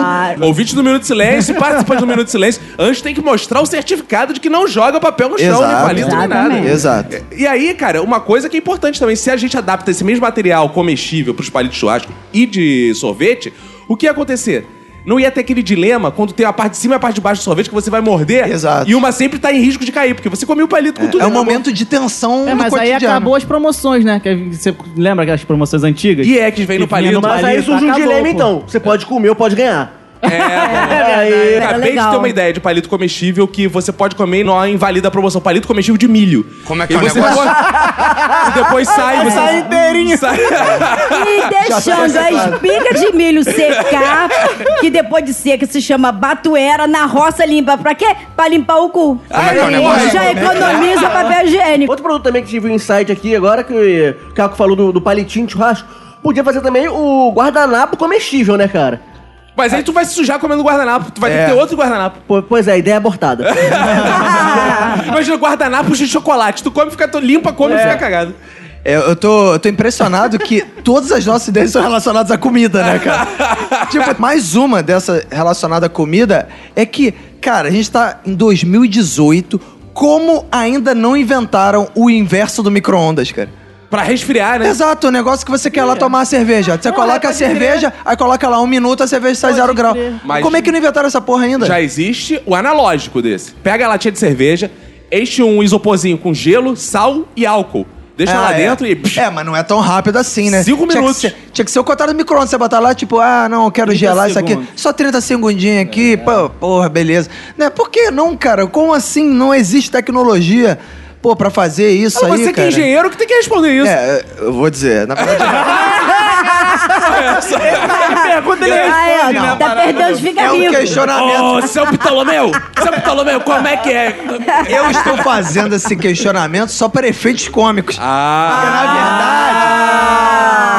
Ouvinte do Minuto de Silêncio, participante do Minuto de Silêncio, antes tem que mostrar o certificado de que não joga papel no chão, nem palito, nem nada.
Exatamente.
Exato.
E aí, cara, uma coisa que é importante também, se a gente adapta esse mesmo material comestível pros palitos de churrasco e de sorvete, o que ia acontecer? Não ia ter aquele dilema quando tem a parte de cima e a parte de baixo do sorvete que você vai morder
Exato.
e uma sempre tá em risco de cair, porque você comeu o palito com tudo.
É um
na boca.
momento de tensão
É,
do
mas aí
cotidiano.
acabou as promoções, né? Que você lembra aquelas promoções antigas?
E é que vem no
Que
palito.
vinha no
Mas aí
palito,
surge um
acabou,
dilema,
pô.
então. Você pode comer ou pode ganhar.
É,
Aí,
Era
acabei de
né? legal.
ter uma ideia de palito comestível que você pode comer e não invalida a promoção. Palito comestível de milho. Como é que é
[LAUGHS]
você pode- E depois sai. Você... Sai inteirinho. [LAUGHS] tá
E deixando a espiga de milho secar, que depois de seca se chama batuera, na roça limpa. Pra quê? Pra limpar o cu.
Ah,
é o negócio?
Já economiza papel higiênico.
Ah. Outro produto também que tive um insight aqui agora, que o Caco falou do, do palitinho de churrasco, podia fazer também o guardanapo comestível, né, cara?
Mas aí tu vai se sujar tá comendo guardanapo. Tu vai ter
É.
que ter outro guardanapo.
Pô, pois é, a ideia é abortada.
[LAUGHS] Imagina guardanapos de chocolate. Tu come, fica tu limpa, come e fica cagado.
É, eu, tô, eu tô impressionado que todas as nossas ideias são relacionadas à comida, né,
[LAUGHS]
cara? tipo, mais uma dessa relacionada à comida é que, cara, a gente tá em 2018, como ainda não inventaram o inverso do micro-ondas, cara?
Pra resfriar, né?
Exato, o negócio que você quer lá tomar a cerveja. Você coloca a cerveja, aí coloca lá um minuto, a cerveja sai zero grau.
Mas-
Como é que não inventaram essa porra ainda?
Já existe o analógico desse. Pega a latinha de cerveja, enche um isoporzinho com gelo, sal e álcool. Deixa
Ah,
lá
é.
dentro e... psh,
É, mas não é tão rápido assim, né?
Cinco
Tinha que
minutos.
ser- Tinha que, ser o contrário do micro-ondas. Você botar lá, tipo, ah, não, eu quero
30
gelar isso aqui.
segundos.
Só 30 segundinhos aqui.
É.
Pô, porra, beleza. Né? Por que não, cara? Como assim não existe tecnologia, pô, pra fazer isso
Mas
aí,
você que é
cara?
engenheiro que tem que responder isso.
É, eu vou
[LAUGHS]
dizer. Na verdade,
Pergunta ele
Ah, é,
responde, né,
tá
parada?
perdendo, fica
é um
rico.
questionamento.
Ô,
[LAUGHS]
seu Ptolomeu! Seu Ptolomeu, como é que é?
Eu estou fazendo esse questionamento só para efeitos cômicos. Porque,
Ah,
na verdade.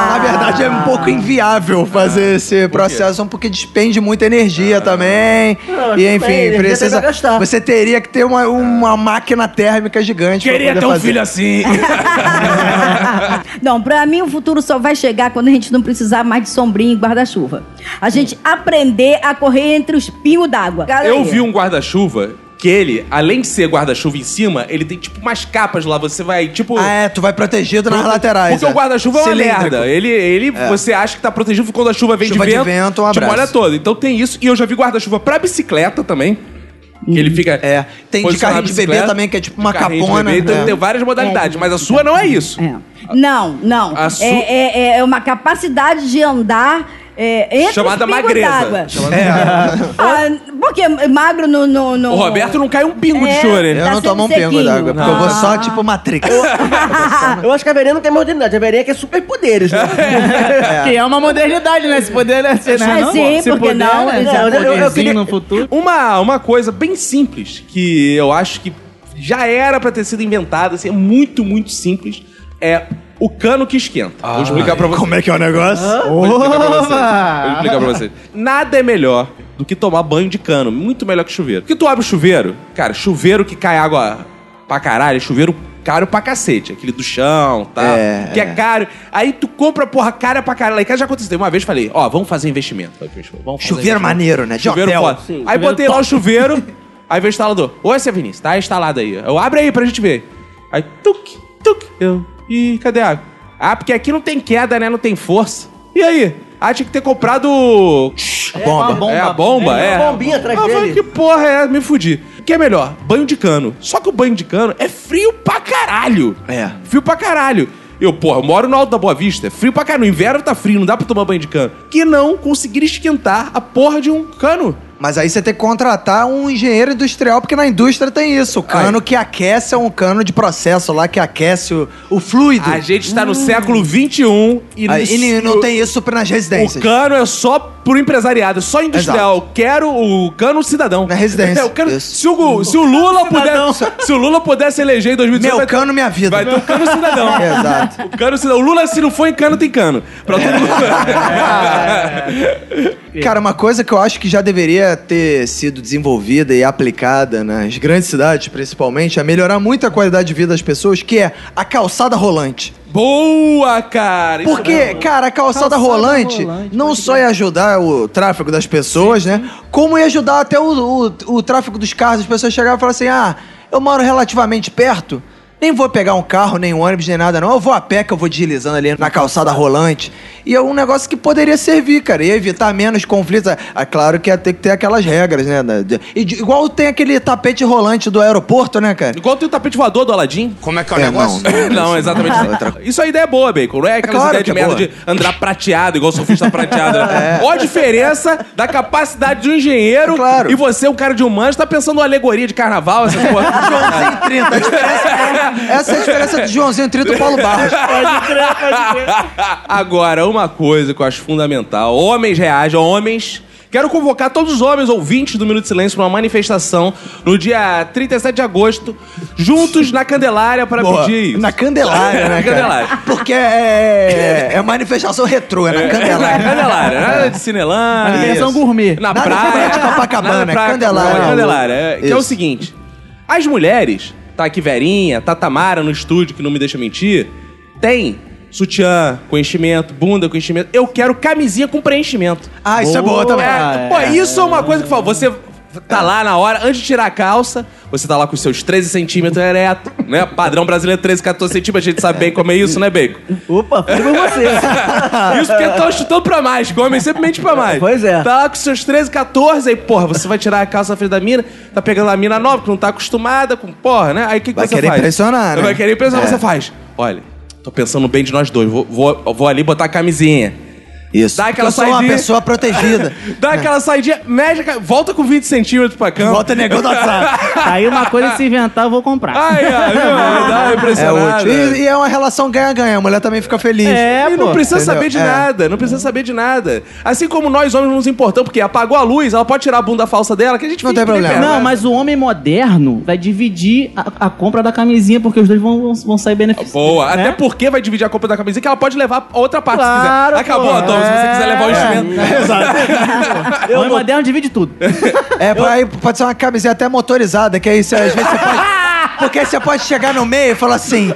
Na verdade, é um pouco inviável fazer esse processo, porque despende muita
Ah.
energia também.
Não,
e
tudo bem,
enfim,
energia
precisa.
tem pra gastar.
Você teria que ter uma, uma máquina térmica gigante.
queria
pra poder
ter um
fazer.
filho assim.
Não, pra mim o futuro só vai chegar quando a gente não precisar mais de sombrinho e guarda-chuva. A gente aprender a correr entre os pingos d'água.
[LAUGHS] Eu vi um guarda-chuva que ele, além de ser guarda-chuva em cima, ele tem tipo umas capas lá. Você vai, tipo.
Ah, é, tu vai protegido nas laterais.
Porque o
é.
guarda-chuva é uma
Cilíndrico. É.
merda. Ele, ele você acha que tá protegido quando a chuva vem
Chuva
de
de
vento.
vento, um
Te
abraço.
molha todo. Então tem isso. E eu já vi guarda-chuva pra bicicleta também. Que ele fica.
É. Tem de carrinho
posicionado
de
na
bebê
bicicleta,
também, que é tipo uma
carrinho de
capona.
bebê, então
né?
Tem várias modalidades, mas a sua não é isso.
É. Não, não.
A su-
É, é- é uma capacidade de andar é, entre
Chamada
os pingos
magreza.
d'água. É.
Chamada-
Ah, porque magro no... no, no-
O Roberto não cai um pingo de
É.
choro,
Eu
né?
Tá
não tomo um
sempre
pingo d'água,
sequinho.
porque eu vou só
Ah.
tipo
[LAUGHS]
Matrix.
Eu acho que a Verena não tem modernidade. A Verena é que é superpoderes, né?
Que é uma modernidade, [LAUGHS] né? Se poder é ser, né?
Ah, sim,
Se
porque
puder,
não,
né?
não,
Se é
eu- eu
poderzinho
queria-
no futuro.
Uma, uma coisa bem simples que eu acho que já era pra ter sido inventada, assim, é muito, muito simples, é o cano que esquenta. Vou explicar pra vocês.
Como é que é o negócio?
Vou explicar pra vocês.
Opa!
Vou explicar pra vocês. Nada é melhor do que tomar banho de cano. Muito melhor que chuveiro. Porque tu abre o chuveiro, cara, chuveiro que cai água pra caralho, é chuveiro caro pra cacete. Aquele do chão, tá?
É,
que é.
é.
caro. Aí tu compra, porra, cara pra caralho. Aí, cara, já aconteceu. Uma vez falei, ó, vamos fazer investimento. Falei pro meu esposo, Vamos fazer
Chuveiro
investimento.
maneiro, né? De
Chuveiro
hotel.
foda. Aí
chuveiro
botei lá o [LAUGHS] chuveiro, aí veio o instalador. Oi, seu Vinícius, tá instalado aí. Eu abre aí pra gente ver. Aí, tuc, tuc. Eu, ih, cadê a água? Ah, porque aqui não tem queda, né? Não tem força. E aí? Ah, tinha que ter comprado.
Bomba.
é a bomba, é.
Uma bombinha atrás
Ah, eu falei,
dele.
que porra é? Me fudi. O que é melhor? Banho de cano. Só que o banho de cano é frio pra caralho.
É.
Frio pra caralho. Eu, porra, eu moro no Alto da Boa Vista, é frio pra caralho. No inverno tá frio, não dá pra tomar banho de cano. Que não conseguir esquentar a porra de um cano.
Mas aí você tem que contratar um engenheiro industrial, porque na indústria tem isso. O cano que aquece é um cano de processo lá que aquece o, o fluido.
A gente tá no século XXI
Aí,
e,
Ah, e nem-
nesse-
não tem isso nas
O
residências.
cano é só pro empresariado, é só industrial. Eu Quero o cano cidadão.
Na residência,
É, eu quero-
isso.
se, o, se o Lula pudesse, se o Lula pudesse eleger em 2018,
Meu
vai ter-
cano, minha vida.
vai ter o cano cidadão.
[LAUGHS] Exato. É,
O cano cidadão. O Lula se não for em cano tem cano. Pra todo mundo. É.
Cara, uma coisa que eu acho que já deveria ter sido desenvolvida e aplicada nas grandes cidades, principalmente, é melhorar muito a qualidade de vida das pessoas, que é a calçada rolante.
Boa, cara. Isso
Porque, cara, a calçada,
Calçada
rolante,
rolante,
não
pode
só ia ajudar o tráfego das pessoas, né? Como ia ajudar até o, o, o tráfego dos carros. As pessoas chegavam e falavam assim: ah, eu moro relativamente perto. Nem vou pegar um carro, nem um ônibus, nem nada, não. Eu vou a pé que eu vou deslizando ali na calçada rolante. E é um negócio que poderia servir, cara. Ia evitar menos conflitos. É claro que ia ter que ter aquelas regras, né? da- de- e de- igual tem aquele tapete rolante do aeroporto, né, cara?
Igual tem o tapete voador do Aladim. Como é que é o
negócio?
[LAUGHS] Não, exatamente. Isso a ideia
[LAUGHS]
é boa, Bacon. Não é aquela
claro
ideia de
que é
merda
boa.
de andar prateado, igual surfista prateado. né? Olha a diferença da capacidade de um engenheiro
É claro.
e você, um cara de humanos, tá pensando numa alegoria de carnaval, essas
[LAUGHS]
porra.
Joãozinho 30, a diferença.
[LAUGHS]
Essa é a diferença do Joãozinho 30 e do Paulo Barros.
Agora, uma coisa que eu acho fundamental: homens reagem, homens. Quero convocar todos os homens ouvintes do Minuto de Silêncio para uma manifestação no dia 37 de agosto, juntos na Candelária para
Boa.
pedir isso.
Na Candelária, né?
[LAUGHS]
cara?
Na Candelária.
Porque é, é manifestação retrô, é na
Na
Candelária.
Candelária, nada de Cinelândia.
Criação gourmet.
Na
Nada
praia.
de Praia de Copacabana,
Nada de praia,
Candelária.
não, Candelária. é, Que é o
Isso.
seguinte: as mulheres, tá aqui Verinha, tá Tamara no estúdio, que não me deixa mentir, tem sutiã com enchimento, bunda com enchimento. Eu quero camisinha com preenchimento.
Ah, É. isso é boa também.
É, pô, isso é uma coisa que fala, você tá lá na hora, antes de tirar a calça, você tá lá com os seus 13 centímetros ereto, né? Padrão brasileiro 13, 14 centímetros, a gente sabe bem como é isso, né, Bacon?
Opa, fui com você.
Isso porque estão chutando Então pra mais, que o homem sempre mente pra mais.
Pois é.
Tá lá com seus 13, 14, aí, porra, você vai tirar a calça na frente da mina, tá pegando a mina nova, que não tá acostumada com porra, né? Aí o que, que
Vai
você
querer
faz?
impressionar, né?
Vai querer impressionar,
É.
você faz. Olha, tô pensando bem de nós dois, vou, vou, vou ali botar a camisinha.
Isso.
Dá aquela
Eu sou uma
saidinha.
pessoa protegida.
[LAUGHS] Dá aquela saidinha, mede, a ca- volta com 20 centímetros pra cama.
Volta negão do WhatsApp.
[LAUGHS]
Aí uma coisa, é se inventar, eu vou comprar.
Ai, ai, meu, dá uma
É
impressionada.
útil. E, e é uma relação ganha-ganha. A mulher também fica feliz.
É,
e não
pô.
precisa
entendeu?
saber de
É.
nada, não precisa saber de nada. Assim como nós homens não nos importamos, porque apagou a luz, ela pode tirar a bunda falsa dela, que a gente
Não tem
fica
problema.
liberado.
Não, mas o homem moderno vai dividir a, a compra da camisinha, porque os dois vão, vão- vão sair beneficiados.
Boa,
né?
até porque vai dividir a compra da camisinha, que ela pode levar a outra parte
Claro,
se quiser. Acabou, Tom,
pô. É.
se você quiser
É.
levar o instrumento.
[LAUGHS]
O homem moderno divide tudo.
É, pra- aí pode ser uma
[LAUGHS]
camiseta até motorizada, que aí você, às vezes você pode. Porque aí você pode chegar no meio e falar assim.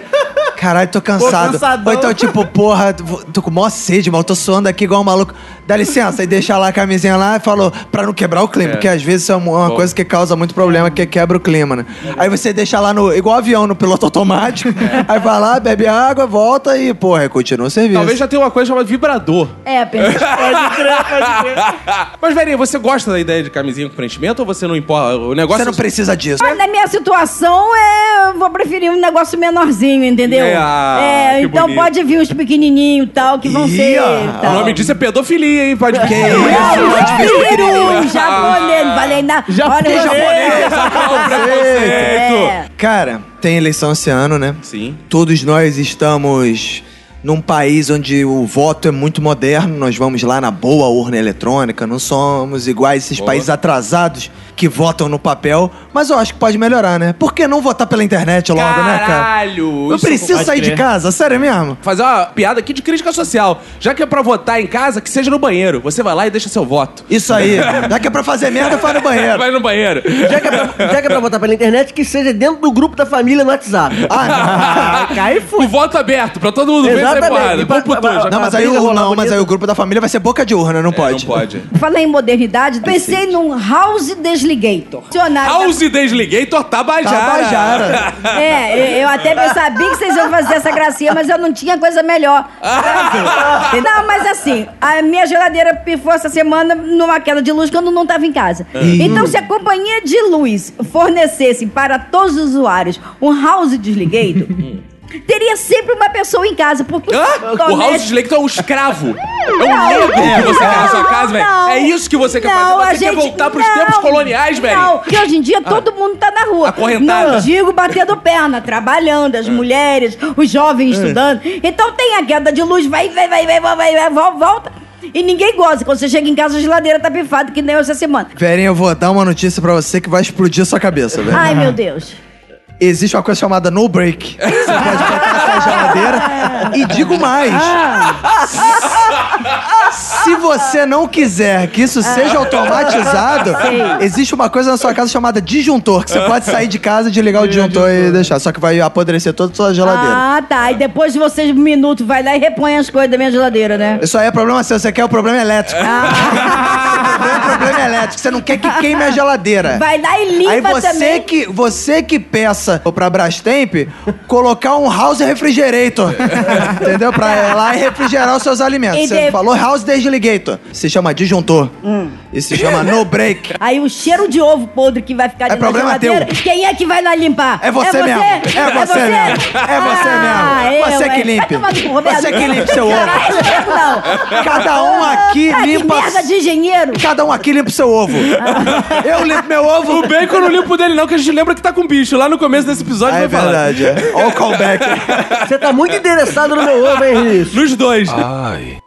Caralho, tô cansado.
cansadão.
Ou então, tipo, porra, tô com mó sede, mal, tô suando aqui igual um maluco. Dá licença, e deixa lá a camisinha lá e falou, pra não quebrar o clima, porque às vezes isso é uma uma coisa que causa muito problema, que quebra o clima, né? Aí você deixa lá no. igual avião no piloto automático,
[LAUGHS]
aí vai lá, bebe água, volta e, porra, continua o serviço.
Talvez já tenha uma coisa chamada vibrador.
É, Pedro.
[LAUGHS] Mas, Verinha, você gosta da ideia de camisinha com preenchimento ou você não importa? O negócio
Você não precisa disso.
Mas na minha situação, é, eu vou preferir um negócio menorzinho, entendeu?
É, ah, que
então
bonito.
pode vir os pequenininhos e tal, que vão
Ih,
ser. tá.
ó,
tal.
O nome disso é pedofilia, hein?
[LAUGHS]
Pode
Que isso?
Peru, japonês, não falei nada. Olha, É, japonês,
Preconceito.
Cara, tem eleição esse ano, né?
Sim.
Todos nós estamos num país onde o voto é muito moderno, nós vamos lá na boa urna eletrônica, não somos iguais esses países atrasados que votam no papel, mas eu acho que pode melhorar, né? Por que não votar pela internet logo, né, cara?
Caralho!
Eu
isso é
preciso
pode
sair de
crer.
casa, sério mesmo?
Fazer uma piada aqui de crítica social. Já que é pra votar em casa, que seja no banheiro. Você vai lá e deixa seu voto.
Isso
[LAUGHS]
aí. Já que é pra fazer merda, faz no banheiro.
Vai no banheiro.
Já que, é pra, já que é pra botar pela internet, que seja dentro do grupo da família no WhatsApp.
[LAUGHS]
Ah,
Cai e
O voto aberto, pra todo mundo ver essa
Exatamente.
porrada.
E pra-
Vamos pro
pra-
tu, já
não, não, mas aí, o, não, mas aí o grupo da família vai ser boca de urna, não
É,
pode.
Não pode.
Falei em modernidade, pensei num House Desligator. Dicionário da-
House Desligator Tabajara.
Tabajara.
É, eu- eu até [LAUGHS] eu sabia que vocês iam fazer essa gracinha, mas eu não tinha coisa melhor. pra [LAUGHS] fazer. Não, mas assim, a minha geladeira pifou essa semana numa queda de luz quando não estava em casa.
É.
Então, se a companhia de luz fornecesse para todos os usuários um house
[LAUGHS]
desligado, teria sempre uma pessoa em casa, porque
Hã? O House Desligator é um
[LAUGHS]
escravo. É um
Não,
negro que você quer na sua
não,
casa, velho.
não.
É isso que você quer
Não,
fazer.
a
Você quer
gente-
voltar pros
não,
tempos coloniais,
Não,
velho. Ah.
que hoje em dia todo mundo tá na rua.
Acorrentado. É.
Não digo batendo perna, trabalhando, as mulheres, os jovens estudando. Então tem a queda de luz, vai, vai, vai, vai, vai, vai, vai, vol- volta. E ninguém goza. Quando você chega em casa, a geladeira tá pifada, que nem eu essa semana.
Verinha, eu vou dar uma notícia pra você que vai explodir sua
É
cabeça, velho.
Ai, meu Deus.
existe uma coisa chamada no break. Você pode botar na sua geladeira. E digo mais. Se você não quiser que isso seja automatizado, existe uma coisa na sua casa chamada disjuntor, que você pode sair de casa, desligar o disjuntor e deixar. Só que vai apodrecer toda a sua geladeira.
Ah, tá. E depois de vocês um minuto, vai lá e repõe as coisas da minha geladeira, né?
Isso aí é problema seu, você quer o problema elétrico. [LAUGHS] Você quer o problema elétrico, você não quer que queime a
É.
geladeira.
Vai lá e limpa
Aí você
também.
que você que peça pra Brastemp colocar um house refrigerator. [LAUGHS] entendeu? Pra ir lá e refrigerar os seus alimentos.
E
você
de-
falou house desligator. Se chama disjuntor.
Hum.
E se chama no break.
Aí o cheiro de ovo podre que vai ficar dentro da
É problema
geladeira,
teu.
quem é que vai lá limpar?
É você, mesmo. É você, mesmo. É você
Ah,
mesmo.
eu,
Você
é. Vai
que limpe.
tomar no cu, Roberto.
Você que limpe seu
Caralho,
ovo.
não.
Cada um aqui
Ah,
limpa.
Que merda de engenheiro.
Cada um aqui limpa o seu ovo. Eu limpo meu ovo.
O bacon eu não limpo dele, não, que a gente lembra que tá com bicho. Lá no começo desse episódio
É
vai falar.
verdade. é. Olha o callback.
Você tá muito interessado no meu ovo, hein, Riz?
Nos dois.
Ai.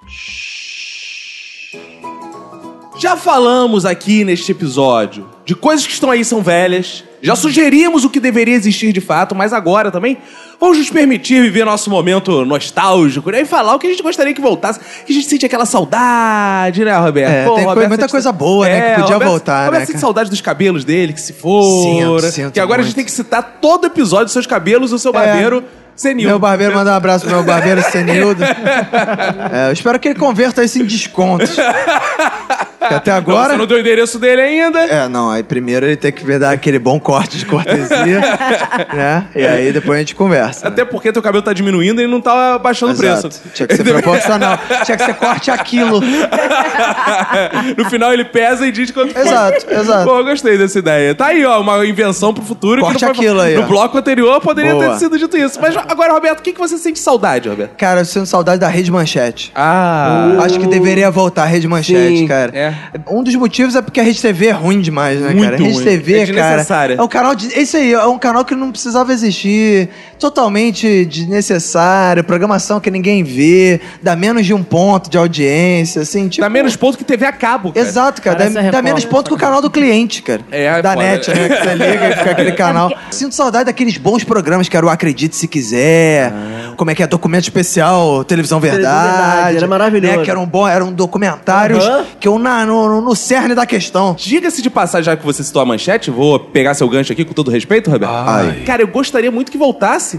Já falamos aqui neste episódio de coisas que estão aí são velhas. Já sugerimos o que deveria existir de fato, mas agora também vamos nos permitir viver nosso momento nostálgico né? e falar o que a gente gostaria que voltasse, que a gente sente aquela saudade, né, Roberto?
É, tem coi- muita
sente-
coisa boa, né, que podia
Roberto-
voltar, né,
Roberto sente
cara?
saudade dos cabelos dele, que se foram.
Sinto, sinto
que agora a gente
muito. É.
tem que citar todo episódio seus cabelos e o seu barbeiro senil.
Meu barbeiro, mandar um abraço pro meu barbeiro senildo.
[LAUGHS]
É, eu espero que ele converta isso em descontos. Porque até
Não,
agora.
Você não deu o endereço dele ainda.
É, não, aí primeiro ele tem que ver dar aquele bom corte de cortesia, né? E aí depois a gente conversa. né?
Até porque teu cabelo tá diminuindo e não tá baixando o
Exato.
preço.
Tinha que ser proporcional. Tinha que ser corte aquilo.
[LAUGHS] no final ele pesa e diz quanto é.
Exato, exato.
Pô, eu gostei dessa ideia. Tá aí, ó, uma invenção pro futuro.
Corte
que não foi-
aquilo aí,
No
ó.
bloco anterior poderia ter
Boa.
sido dito isso. Mas agora, Roberto, o que, que você sente saudade, Roberto?
Cara, eu sinto saudade da Rede Manchete.
Ah.
Acho que deveria voltar a Rede Manchete,
Sim,
cara.
é.
Um dos motivos é porque a Rede TV é ruim demais, né,
Muito
cara? A Rede
ruim.
TV,
É
cara.
desnecessária.
É um canal de. Isso aí, é um canal que não precisava existir. Totalmente desnecessário. Programação que ninguém vê. Dá menos de um ponto de audiência, assim, tipo.
Dá menos ponto que TV a cabo, cara.
Exato, cara.
Parece
Dá,
a
dá
Record.
menos ponto que o canal do cliente, cara.
É, é
da
foda.
net, né? Que você liga
[LAUGHS]
e fica aquele canal. Sinto saudade daqueles bons programas que era o Acredite Se Quiser. Como é que é? Documento Especial, Televisão Verdade.
Verdade, era maravilhoso.
Né? Que eram bom, eram documentários
Aham.
que eu na, no, no cerne da questão.
Diga-se de passagem, já que você citou a manchete, vou pegar seu gancho aqui com todo respeito, Roberto.
Ai.
Cara, eu gostaria muito que voltasse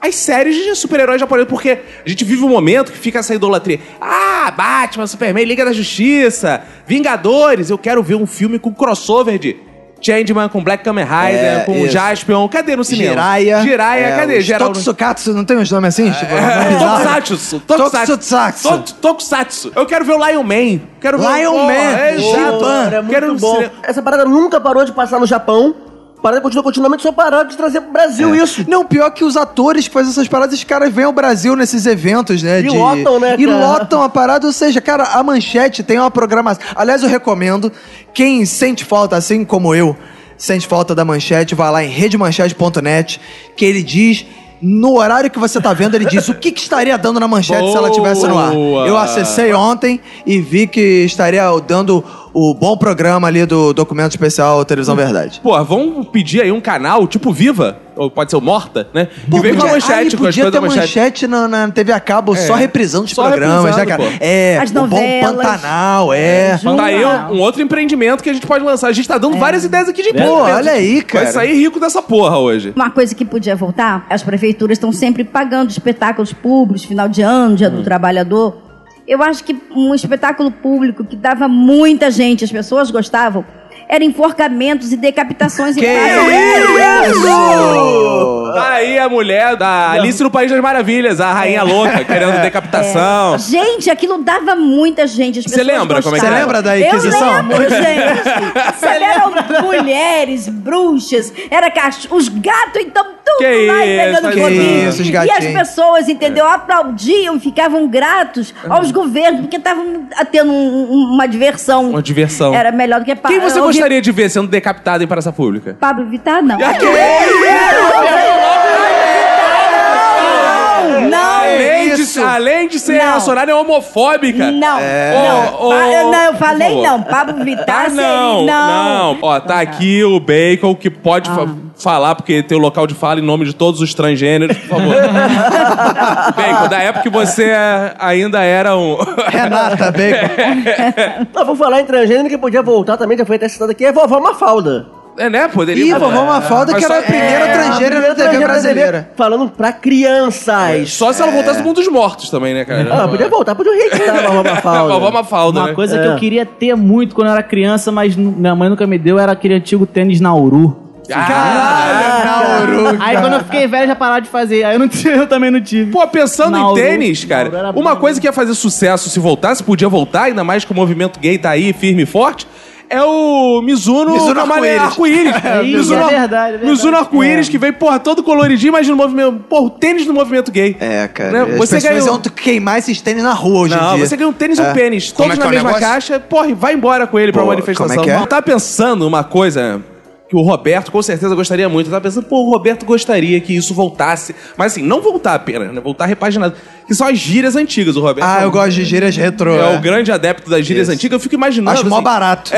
as séries de super-heróis japoneses, porque a gente vive um momento que fica essa idolatria. Ah, Batman, Superman, Liga da Justiça, Vingadores, eu quero ver um filme com crossover de Changeman, com Black Kamen Rider,
É,
com
isso.
Jaspion, cadê no cinema?
Jiraya.
Jiraya,
É,
cadê?
os
Geral...
Tokusatsu, não tem uns nomes assim? Tipo,
É,
normalizado?
[LAUGHS] Tokusatsu, Tokusatsu.
Tokusatsu.
Tot- Tokusatsu. Eu quero ver o Lion Man. Quero ver
Lion
Pô,
Man,
é,
do
Egito.
Japan.
Era muito
Quero no
bom.
cinema.
Essa parada nunca parou de passar no Japão. Parada continua continuamente, só pararam de trazer pro Brasil isso.
É. Não, pior que os atores que fazem essas paradas, os caras vêm ao Brasil nesses eventos, né?
E lotam, né,
E
cara?
lotam a parada, ou seja, cara, a manchete tem uma programação. Aliás, eu recomendo, quem sente falta, assim como eu, sente falta da manchete, vai lá em redemanchete.net, que ele diz. No horário que você tá vendo, ele diz o que, que estaria dando na manchete se ela tivesse no ar.
Boa!
Eu acessei ontem e vi que estaria dando o bom programa ali do documento especial Televisão Verdade.
Pô, vão pedir aí um canal, tipo Viva, ou pode ser o Morta, né?
Pô,
que vem com a
podia-
manchete,
aí
com as
podia ter
coisas da manchete. É.
na, na TV a cabo só reprisando os
Só
programas, né, cara?
reprisando, pô.
É,
As
o bom
novelas.
Pantanal, é.
Tá aí um, um outro empreendimento que a gente pode lançar. A gente tá dando
É.
várias ideias aqui de
Pô,
empreendimento.
olha aí, cara.
Vai sair rico dessa porra hoje.
Uma coisa que podia voltar, as prefeituras estão sempre pagando espetáculos públicos, final de ano, dia do trabalhador. Eu acho que um espetáculo público que dava muita gente, as pessoas gostavam, era enforcamentos e decapitações em É, praça.
Tá aí a mulher da Alice no País das Maravilhas, a rainha
É.
louca, querendo decapitação.
Gente, aquilo dava muita gente. as
Você
pessoas
lembra como é que
gostavam.
lembra
era? Você
da Inquisição?
Eu
[LAUGHS]
lembro, gente. Você eram mulheres, bruxas, era cach... os gatos, então, tudo
Que
lá e
isso, É.
pegando
que
foguinho.
isso, os
E as
gatinhos.
pessoas, entendeu? Aplaudiam, ficavam gratos aos governos, porque estavam tendo um- um- uma diversão.
Uma diversão.
Era melhor do que... pa-
Quem você
eu ouvi
gostaria de Ah, ver sendo decapitado em praça pública?
Pablo Vittar, não. Não, não. é
Além de,
isso.
além de ser
Não.
reacionária homofóbica.
Não,
É.
É.
não.
Ô, ô,
Pa- eu- não, eu
por
falei
favor.
não. Pablo Vittar
Ah,
seria-
não,
não. Ah.
não. Ó, tá aqui o Bacon que pode fa- falar, porque tem o local de fala em nome de todos os transgêneros,
[LAUGHS]
por favor. Bacon, da época que você ainda era um.
[LAUGHS] Renata Bacon.
Não, vou falar em transgênero que podia voltar também, já foi até citado aqui, é vovó Mafalda.
[LAUGHS] é, né? Poderia.
Ih, vovó Mafalda,
Mas
que era
só- É,
é, a primeira transgênera da TV brasileira.
Falando pra
É,
crianças.
Só se ela voltasse do mundo dos mortos também, né, cara?
Ah, podia voltar, podia reeditar a
[LAUGHS]
vovó Mafalda.
vovó Mafalda.
Uma
né?
coisa
É.
que eu queria ter muito quando eu era criança, mas nu- minha mãe nunca me deu, era aquele antigo tênis Nauru.
Ah,
Caralho, Nauru.
Aí quando eu fiquei velho já pararam de fazer. Aí eu, não [LAUGHS] tive, eu também não tive.
Pô, pensando
Nauru.
em tênis,
Nauru
cara,
era
uma
bom,
coisa que ia fazer sucesso se voltasse, podia voltar, ainda mais que o movimento gay tá aí firme e forte, é o Mizuno,
Mizuno
Camale-
Arco-Íris.
[LAUGHS] É,
Mizuno,
é verdade, é verdade.
Mizuno Arco-Íris,
É.
que veio, porra, todo coloridinho, imagina o movimento. Porra, o tênis no movimento gay.
É, cara.
Né?
As
Você
pessoas
ganhou.
iam queimar esses tênis na rua hoje em
Não,
dia.
você ganha um tênis e
É.
um pênis,
Como
todos
é que é
na
o
mesma
negócio?
caixa, porra, e vai embora com ele pra
Pô,
uma manifestação.
como é que é?
Eu tava pensando uma coisa que o Roberto com certeza gostaria muito. Eu tava pensando, pô, o Roberto gostaria que isso voltasse. Mas assim, não voltar apenas, né? Voltar repaginado. Que são as gírias antigas, o Roberto.
Ah, eu gosto de gírias retrô.
É
é.
o grande adepto das gírias
Isso.
antigas. Eu fico imaginando.
Acho mó
assim, [LAUGHS]
barato.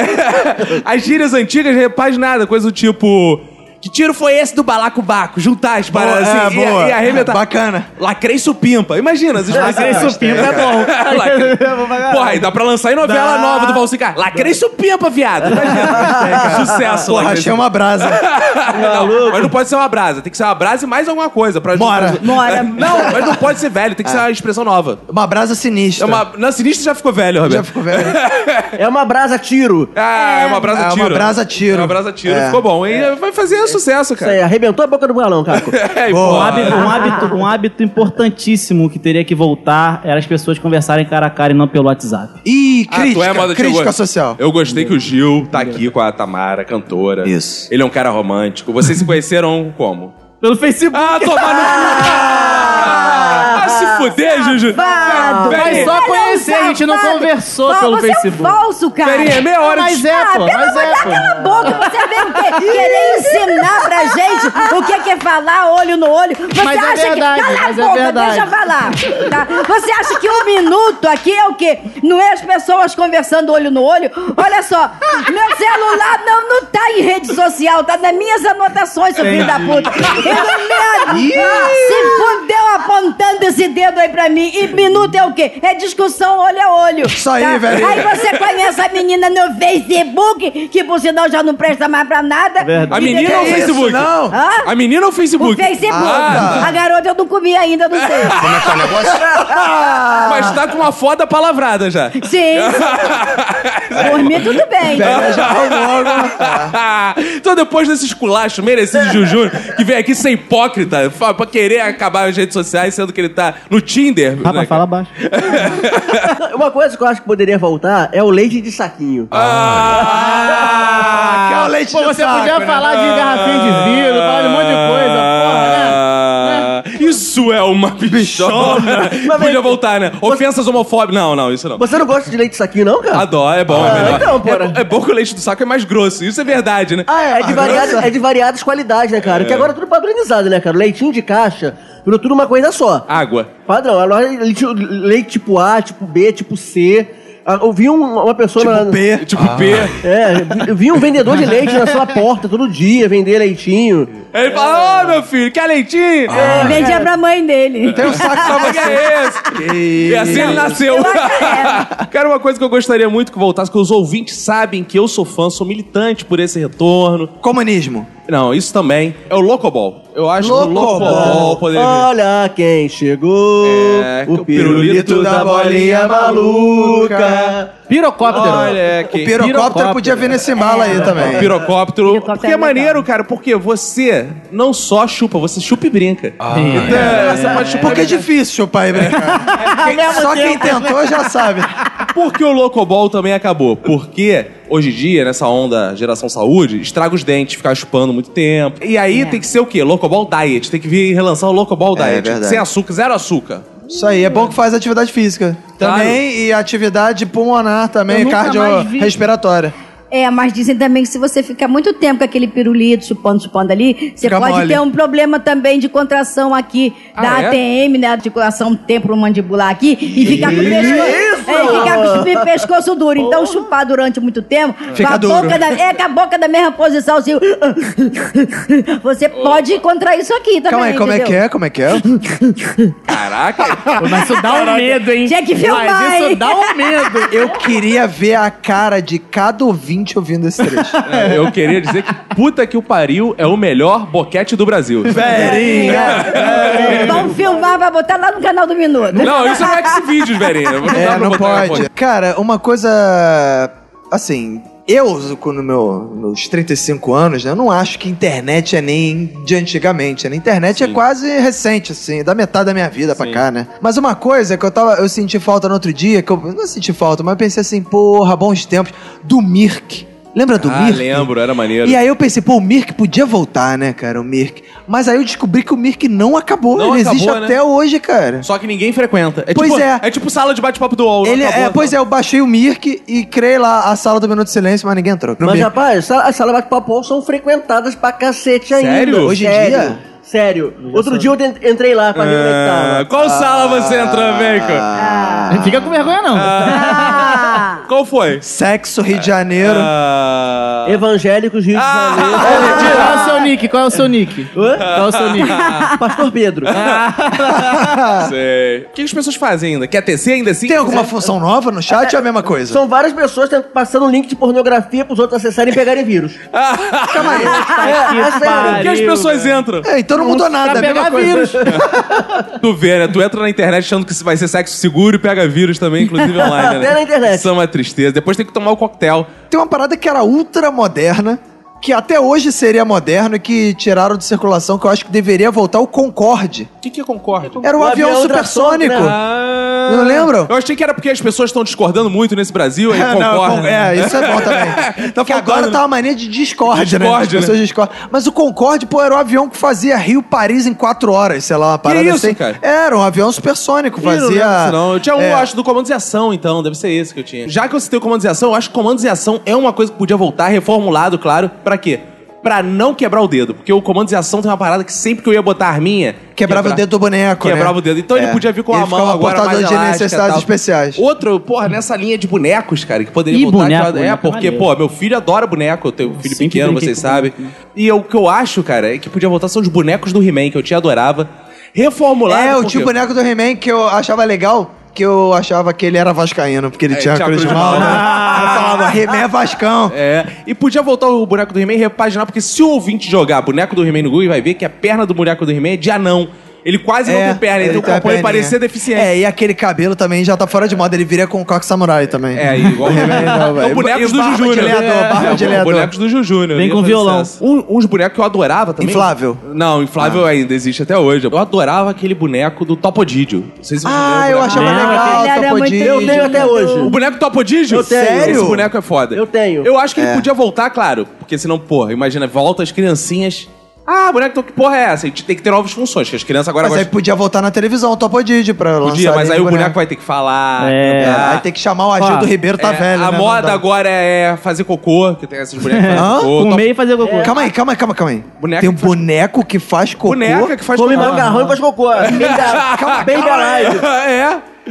as gírias antigas repaginadas, coisa do tipo. Que tiro foi esse do balacobaco? Juntar as paradas
Boa,
assim
é,
e-
boa.
e, arrebentar.
Bacana.
Lacrei supimpa. Imagina as
Lacrei supimpa, é bom.
Lacrei-
Bom pra caralho.
Porra, aí dá pra lançar em novela
Dá.
nova do Valsicar. Lacrei supimpa, viado. Imagina. Sucesso,
Porra,
lacrei
achei
supimpa.
uma brasa.
[LAUGHS] Não, mas não pode ser uma brasa. Tem que ser uma brasa e mais alguma coisa. Pra
Mora.
Mora.
[LAUGHS] Não, mas não pode ser velho. Tem que ser uma expressão nova.
Uma brasa sinistra.
É uma... Na sinistra já ficou velho, Roberto.
Já ficou
[LAUGHS]
velho.
É uma brasa tiro.
Ah, é uma brasa
É uma
tiro.
brasa tiro.
É uma brasa tiro.
É.
Ficou bom. E vai fazer sucesso,
Isso aí,
cara.
arrebentou a boca do
[LAUGHS]
balão, Caco.
[LAUGHS] É, e
Boa.
Um
pô,
hábito, um hábito- um hábito importantíssimo que teria que voltar era as pessoas conversarem cara a cara e não pelo WhatsApp.
Ih,
Ah, tu
crítica.
é moda de
crítica
chegou.
social.
Eu gostei que o Gil tá aqui com a Tamara, cantora.
Isso.
Ele é um cara romântico. Vocês se conheceram como?
Pelo Facebook.
Ah, tomar no cu! Ah, se fuder, Juju!
Safado.
Mas
Peraí,
só conhecer, a gente não
Safado.
conversou
Pô,
pelo
você
Facebook.
é um falso, cara.
Perinha, meia hora de...
Mas é,
Ah,
pô,
pelo
mas
amor
é, pô.
Cala a boca, você veio o quê? [LAUGHS] querer ensinar pra gente o que é, que é falar olho no olho. Você
Mas é
acha
verdade,
que. Cala
mas
a
é
boca,
verdade.
deixa eu falar. tá? Você acha que um minuto aqui é o quê? Não é as pessoas conversando olho no olho? Olha só, meu celular não, não tá em rede social, tá nas minhas anotações, seu filho da puta. Ele me Se fudeu apontando esse dedo aí pra mim. E minuto é o quê? É discussão olho a olho.
Isso aí, velhinha.
Tá. Aí você conhece a menina no Facebook, que por sinal já não presta mais pra nada.
Verdade.
A
E
menina ou o
depois-
Facebook?
não.
É Hã?
A menina ou
O
o Facebook?
Facebook.
Ah, tá.
A garota eu não comi ainda, não
[LAUGHS]
sei.
Como é que é
[LAUGHS]
o negócio?
Mas tá com uma foda palavrada já. [LAUGHS]
Sim. Dormir tudo bem.
Velha já né, arrumou alguma
[LAUGHS] então, depois desse esculacho merecido de Juju, que vem aqui ser hipócrita, fa- pra querer acabar as redes sociais, sendo que ele tá no Tinder. né, cara?
Rapaz, fala baixo.
Uma coisa que eu acho que poderia voltar é o leite de saquinho.
Ah!
Que é o leite
Pô,
de
você
saco,
podia
né?
falar de garrafinha de vidro, falar de um monte de coisa, porra, né?
Ah, Isso é uma
[LAUGHS]
bichona. Podia voltar, né? Ofensas homofóbicas. Não, não, isso não.
Você não gosta de leite de saquinho, não, cara?
Adoro, é bom,
Ah,
é melhor.
então, porra.
é, bo- é bom que o leite do saco é mais grosso, isso é verdade, né?
Ah, é, é de, variadas,
nossa.
é de variadas qualidades, né, cara? Que agora é tudo padronizado, né, cara? Leitinho de caixa virou tudo uma coisa só.
Água.
Padrão, a loja- leite, leite tipo A, tipo B, tipo C. Ah, Eu vi um- uma pessoa na.
Tipo P.
Tipo P.
É, eu vi um vendedor de leite na sua porta todo dia, vender leitinho.
Aí Ele fala, ô meu filho, quer leitinho?
É, Vendia pra mãe dele.
Então,
Tem um saco
[LAUGHS]
tá
pra
Que
você.
é esse? E assim ele nasceu. [LAUGHS] Cara, uma coisa que eu gostaria muito que voltasse, que os ouvintes sabem que eu sou fã, sou militante por esse retorno.
Comunismo.
Não, isso também. É o Locobol. Eu acho que o
Locobol.
Locobol poderia vir.
Olha quem chegou.
É,
o
o pirulito
pirulito da bolinha maluca.
Pirocóptero.
Olha, É.
O pirocóptero podia vir nesse mala aí também.
Pirocóptero.
Pirocóptero
Porque
é
é
legal.
maneiro, cara, porque você não só chupa, você chupa e brinca.
Sim.
É, você pode chupar
Porque Ah, é
e brincar.
difícil, pai,
[LAUGHS]
brincar. Só quem tentou já sabe.
[LAUGHS] Porque o Locobol também acabou. Porque hoje em dia, nessa onda geração saúde, estraga os dentes, ficar chupando muito tempo. E aí tem que ser o quê? Locobol Diet. Tem que vir relançar o Locobol
É,
Diet.
é verdade.
Sem açúcar, zero açúcar.
Isso aí, é bom que faz atividade física.
Claro.
Também, e atividade pulmonar também,
Eu nunca mais vi.
cardiorrespiratória.
É, mas dizem também que se você ficar muito tempo com aquele pirulito chupando, chupando ali, você
Fica
pode
mole.
ter um problema também de contração aqui
Ah,
da
é?
ATM, né? Articulação temporomandibular aqui e ficar com o
Isso!
pescoço, é, e ficar com o pe- pescoço duro. Então chupar durante muito tempo,
Fica
com a
duro.
boca da, é com a boca da mesma posição, assim. [LAUGHS] Você pode contrair isso aqui também.
Calma aí, como é
entendeu?
que é? Como é que é?
Caraca.
Pô, Mas isso dá um medo, hein?
Tinha que filmar,
Mas isso
hein?
dá um medo.
Eu queria ver a cara de cada ouvinte ouvindo esse trecho.
É, eu queria dizer que puta que o pariu é o melhor boquete do Brasil. é
Verinha!
Vamos filmar, vai botar lá no canal do Minuto.
[LAUGHS] Não, isso não é que vídeos, velhinho. Não dá
É,
pra
não
botar na
pode. Cara, uma coisa. Assim, eu, quando meu, meus 35 anos, né, eu não acho que internet é nem de antigamente. Né? Internet é quase recente, assim, da metade da minha vida pra cá, né? Mas uma coisa que eu tava. Eu senti falta no outro dia, que eu não senti falta, mas eu pensei assim, porra, bons tempos, do Mirk. Lembra do
Ah,
Mirk?
lembro, era maneiro.
E aí eu pensei, pô, o Mirk podia voltar, né, cara, o Mirk. Mas aí eu descobri que o Mirk não acabou.
Não
ele
acabou,
existe
né?
até hoje, cara.
Só que ninguém frequenta. É
Pois
tipo,
é.
É tipo sala de bate-papo do UOL. né?
Ele, é, pois é, eu baixei o Mirk e criei lá a sala do Minuto de Silêncio, mas ninguém entrou. No
Mas,
Mirk.
rapaz, sa- as salas bate-papo são frequentadas pra cacete ainda.
Sério?
Hoje em
Sério.
dia?
Sério. Outro dia eu en- entrei lá pra ver
Ah.
como é que tava.
Ah.
Qual sala você entrou, Bacon?
Não fica com vergonha, não.
Ah.
Qual foi?
Sexo Rio de Janeiro.
Ah.
Evangélicos Rio de Janeiro.
Qual é o seu nick? Qual é o seu nick? Qual é
[LAUGHS]
o seu nick?
Pastor Pedro.
Ah. Sei. O que as pessoas fazem ainda? Quer tecer ainda
[LAUGHS]
assim?
Tem alguma função nova no chat ou é a mesma coisa?
São várias pessoas tent- passando um link de pornografia pros outros acessarem e
[LAUGHS]
pegarem vírus.
Ah.
Calma aí.
é, é
Por que as pessoas entram?
É, então não mudou nada, é a
Pra
mesma
pegar
coisa.
vírus.
Tu vê, né? Tu entra na internet achando que vai ser sexo seguro e pega vírus
[LAUGHS]
também, inclusive online, né?
Até na internet.
Isso é uma tristeza. Depois tem que tomar o coquetel.
Tem uma parada que era ultra moderna, que até hoje seria moderno e que tiraram de circulação, que eu acho que deveria voltar o Concorde.
O que que concorda?
Era um
O
avião,
avião
supersônico.
ultrassônico,
Ah,
Não lembram?
Eu achei que era porque as pessoas estão discordando muito nesse [LAUGHS] Brasil, aí
É, [LAUGHS] não,
concorda.
con- é, isso é bom [LAUGHS] também.
Tá
Porque agora
faltando-
tá uma mania de discórdia, né?
Discórdia,
As pessoas discordam. Mas o Concorde, pô, era um avião que fazia Rio-Paris em quatro horas, sei lá, uma parada
isso,
assim.
cara?
Era um avião supersônico,
Ih, Não, lembro
fazia...
disso, não. Eu tinha um,
é,
eu acho, do comandos e ação, então. Deve ser esse que eu tinha. Já que eu citei o comandos e ação, eu acho que comandos e ação é uma coisa que podia voltar, reformulado, claro. Pra quê? Pra não quebrar o dedo. Porque o comandos e ação tem uma parada que sempre que eu ia botar a arminha...
Quebrava
quebra-
o dedo do boneco, né?
Quebrava o dedo. Então ele
É.
podia vir com
Ele
a mão
ficava
agora
portador
mais
de
elástica e
necessidades
tal.
especiais.
Outro, porra, nessa linha de bonecos, cara, que poderia
Ih,
voltar. que eu-
boneco,
é,
boneco é
porque,
maneiro.
pô, meu filho adora boneco. Eu tenho um filho
Sempre
pequeno,
brinquei
vocês
com
sabem. E eu- o que eu acho, cara, é que podia voltar são os bonecos do He-Man, que eu te adorava. reformulado.
É, o
por
tio
quê?
boneco do He-Man que eu achava legal, que eu achava que ele era vascaíno, porque ele
É,
tinha a
tinha
cruz de mal. né?
Ah!
Eu falava, He-Man
[LAUGHS]
é vascão.
É, e podia voltar o boneco do He-Man e repaginar, porque se o ouvinte jogar boneco do He-Man no Google, ele vai ver que a perna do boneco do He-Man é de anão. Ele quase não tem perna, ele tem
É, tem
o
a
corpo ele
perninha.
parecer deficiente.
É, e aquele cabelo também já tá fora de moda, ele vira com o coque samurai também. [LAUGHS]
É, igual.
não, velho.
São bonecos
E
do
barba
Juju,
de
né?
lenhador,
É,
barba de
é,
lenhador.
Bonecos do Juju, né?
Vem
Eu
com
ia fazer
violão.
essa. Um- uns bonecos que eu adorava também.
Inflável. Ah.
Não, inflável ainda existe até hoje. Eu adorava aquele boneco do Topodídio. Não sei se vocês
Ah,
lembram.
eu achava
Lembra
legal,
que ele era muito
Topodídio.
Eu tenho até hoje.
O boneco Topodígio?
Eu tenho.
Esse
Sério?
boneco é foda.
Eu tenho.
Eu acho que
É.
ele podia voltar, claro. Porque senão, porra, imagina, volta as criancinhas. Ah, boneco, então que porra é essa? A gente tem que ter novas funções, que as crianças agora
Mas aí
gostam.
podia voltar na televisão, o Topodídio, pra lançar
Podia, mas
ele
aí
de
o boneco vai ter que falar.
É.
É,
cantar.
aí tem que chamar o Agildo
Ó,
Ribeiro, tá
É,
velho,
A
né? Não
moda
dá.
agora é fazer cocô, que tem essas bonecas que fazem
Hã?
cocô. Top-
Comer e fazer
É.
cocô.
Calma aí, calma aí, calma aí, calma aí.
Boneca
tem um
que faz-
boneco que faz cocô.
Boneca que faz
Come
cocô.
macarrão e faz cocô. é. Bem
[LAUGHS]
da- Bem garagem.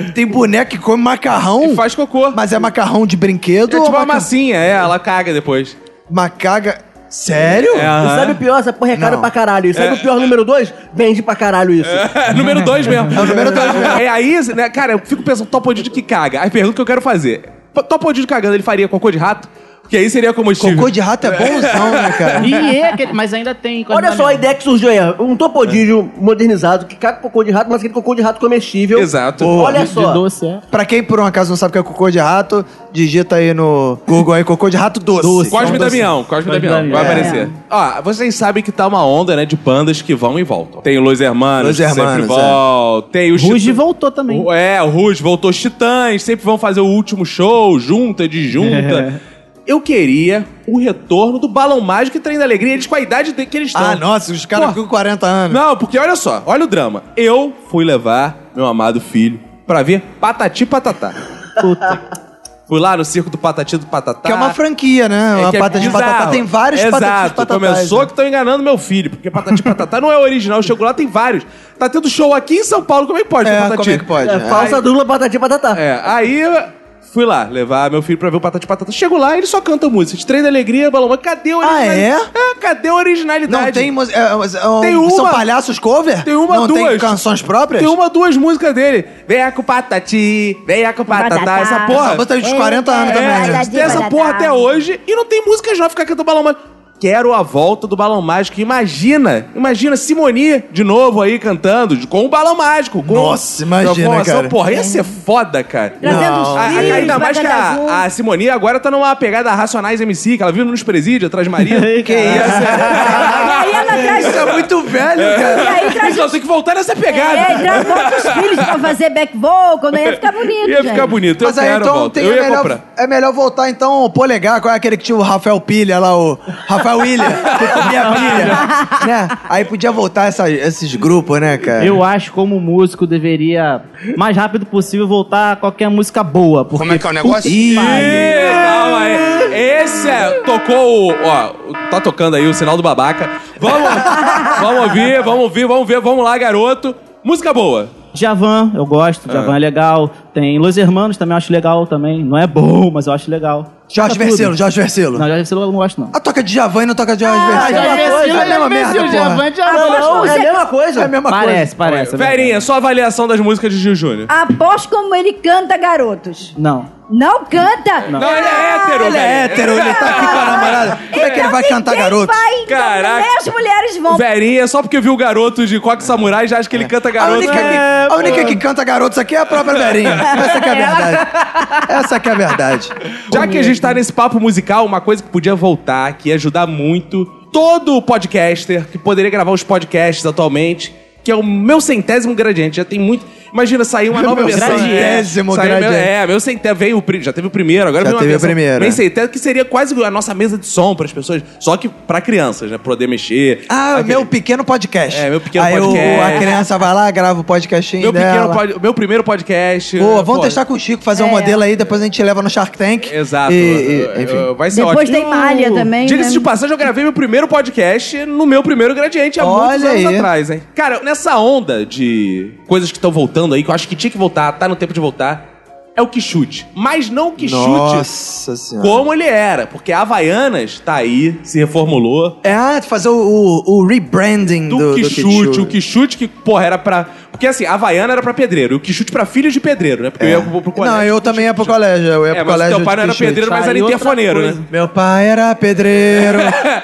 é,
Tem boneco que come macarrão.
e faz cocô.
Mas é macarrão de brinquedo?
é
ou
tipo uma
maca-
massinha, é, ela caga depois.
Macaga. Sério?
É,
E
aham.
sabe o pior? Essa porra é cara
Não.
pra caralho. E sabe o pior número dois? Vende pra caralho isso.
É, número 2 mesmo. É
o número dois mesmo.
aí, né, cara, eu fico pensando, topodídeo que caga. Aí pergunta que eu quero fazer. P- Topodídeo cagando, ele faria cocô de rato? Porque aí seria combustível.
Cocô de rato é bonzão, né, cara?
E é aquele- mas ainda tem. coisa
Olha só a
maneira.
ideia que surgiu aí. ó. Um topodígio modernizado que caga cocô de rato, mas aquele cocô de rato comestível.
Exato.
Olha
De
só.
doce, é.
Pra quem por um acaso não sabe o que é cocô de rato, digita aí no Google aí cocô de rato doce. É.
Doce.
Cosme
Então,
Damião, Cosme
Cosme
Damião, vai
Damião.
aparecer. Ó, vocês sabem que tá uma onda, né, de bandas que vão e voltam. Tem o Los Hermanos,
Los
que sempre
Hermanos, é.
volta. Tem o
Ruge voltou também.
É, o Ruge voltou. Os Titãs sempre vão fazer o último show, junta, de
[LAUGHS]
junta. Eu queria o retorno do Balão Mágico e Trem da Alegria, eles com a idade de- que eles estão.
Ah, nossa, os caras
Pô.
ficam com 40 anos.
Não, porque olha só, olha o drama. Eu fui levar meu amado filho pra ver Patati e Patatá.
Puta.
Fui lá no circo do Patati e do Patatá.
Que é uma franquia, né?
É
uma
que é
pata de
bizarro.
batata. Tem vários
Exato.
patatas de batata.
Começou que estão enganando meu filho, porque Patati e Patatá não é original. Eu chego lá, tem vários. Tá tendo show aqui em São Paulo, como é que pode?
É,
Patati?
como é que pode?
É, falsa dupla patati patatá.
É, aí fui lá levar meu filho pra ver o Patati e Patata. Chego lá, ele só canta música. De trem da alegria, balão. Mas cadê a originalidade? Ah, é? cadê a originalidade?
Não tem... mus- é, é,
Tem
um-
uma-
São palhaços cover?
Tem uma,
não Não tem
duas.
canções próprias?
Tem uma, duas músias dele. Venha com o Patati, venha com o Patatá.
Patatá.
Essa
Essa
porra.
banda é dos 40 anos também. né?
É, tem essa porra até hoje e não tem músicas novas ficar cantando balão mágico. Quero a volta do balão mágico. Imagina, imagina Simoni de novo aí cantando de- com o balão mágico. com-
Nossa, imagina,
com a formação.
cara.
Porra, ia ser foda, cara.
Trazendo
Não.
os
A- a-
filhos, um.
ainda mais que
Azul.
a, a Simoni agora tá numa pegada Racionais MC, que ela vive nos presídios atrás
[LAUGHS]
de Maria.
Que isso?
E aí ela
[LAUGHS]
traz...
Isso é muito velho,
E
cara.
aí traz...
Então tem que voltar nessa
É,
pegada.
traz outros filhos pra fazer back vocal, né? Ia ficar bonito,
ia
gente.
ficar bonito.
Mas
eu
aí
quero a
então
volta.
tem,
Eu
é,
ia
melhor,
comprar.
é melhor voltar então o polegar, qual é aquele que tinha o Rafael Pilha lá, o
[LAUGHS]
Rafael
[LAUGHS]
William, que comia pilha. né? Aí podia voltar essa- esses grupos, né, cara?
É.
Eu acho como músico deveria, mais rápido possível, voltar a qualquer música boa. Porque
Como é que é o negócio? é
Ih,
Ih, calma aí. Esse é. Tocou o. Ó, tá tocando aí o sinal do babaca. Vamos, vamos ouvir, vamos ouvir, vamos ver, vamos lá, garoto. Música boa.
Javan, eu
Ah.
gosto, Javan é. legal. Tem Los Hermanos também, eu acho legal também. Não é bom, mas eu acho legal.
Jorge
Tá tudo.
Versilo, Jorge Versilo.
Não, Jorge Versilo eu não gosto, não.
A toca de Javan e não toca de Jorge Versilo.
Ah, Jorge
É a mesma
Versilo,
coisa, é a mesma merda, porra. Ah,
Não, não, é a mesma coisa.
É a mesma
Parece, parece. é verdade.
Ferinha, sua avaliação das músicas de Gil Júnior.
Após como ele canta, garotos.
Não.
Não canta? Ah,
Não, ele é hétero,
coisa. Ele é
velho.
hétero, ele tá aqui com a namorada. Como é que ele vai cantar garoto?
Vai,
Caraca.
Caraca.
Então,
as mulheres vão.
Verinha, só porque viu o garoto de Coque Samurai, já acha que ele canta
A
garoto.
única,
É,
que, a única que canta garotos aqui é a
[LAUGHS]
própria Verinha. [LAUGHS] Essa que é a verdade. Essa que é a verdade.
[LAUGHS] Já que a gente tá nesse papo musical, uma coisa que podia voltar, que ia ajudar muito todo podcaster que poderia gravar os podcasts atualmente, que é o meu centésimo gradiente. Já tem muito. Imagina sair uma nova
[LAUGHS] Meu
versão.
centésimo
é, saiu meu-
gradiente.
é, meu centésimo. Veio o, pri- já teve o primeiro, agora
Já
veio uma
teve o
versão
primeiro,
Bem
é.
centésimo, que seria quase a nossa mesa de som para as pessoas, só que para crianças, né? Poder mexer.
Ah,
Aquele-
meu pequeno podcast.
É, meu pequeno
Aí o-
podcast.
a criança vai lá, grava o podcastinho
Meu,
dela.
pequeno pod- meu primeiro podcast.
Boa, vamos
Pô,
testar com o Chico, fazer um modelo aí, depois a gente leva no Shark Tank.
Exato.
E- e- enfim.
Eh, Vai ser
Depois
ótimo.
tem malha também,
Diga-se
né?
de passagem, eu gravei meu primeiro podcast no meu primeiro gradiente há muitos
Olha
anos
aí.
atrás, hein? Cara, nessa onda de coisas que estão voltando aí, que eu acho que tinha que voltar, tá no tempo de voltar. é o que chute. Mas não o é que chute
Nossa senhora.
como é ele era. Porque a Havaianas tá aí, se reformulou.
É, ah, fazer o, o- o rebranding
Do,
do,
que
do
chute, o que chute que, porra, era pra. Porque assim, a Havaiana era pra pedreiro. E o que chute pra filho de pedreiro, né? Porque eu ia pro, pro colégio.
Não, eu também ia pro colégio. Eu ia
É,
pro
mas
colégio
teu pai
de
não era
Quixote.
pedreiro, mas
Tá,
era
e outra
interfoneiro,
coisa.
né?
Meu pai era
Tá
pedreiro,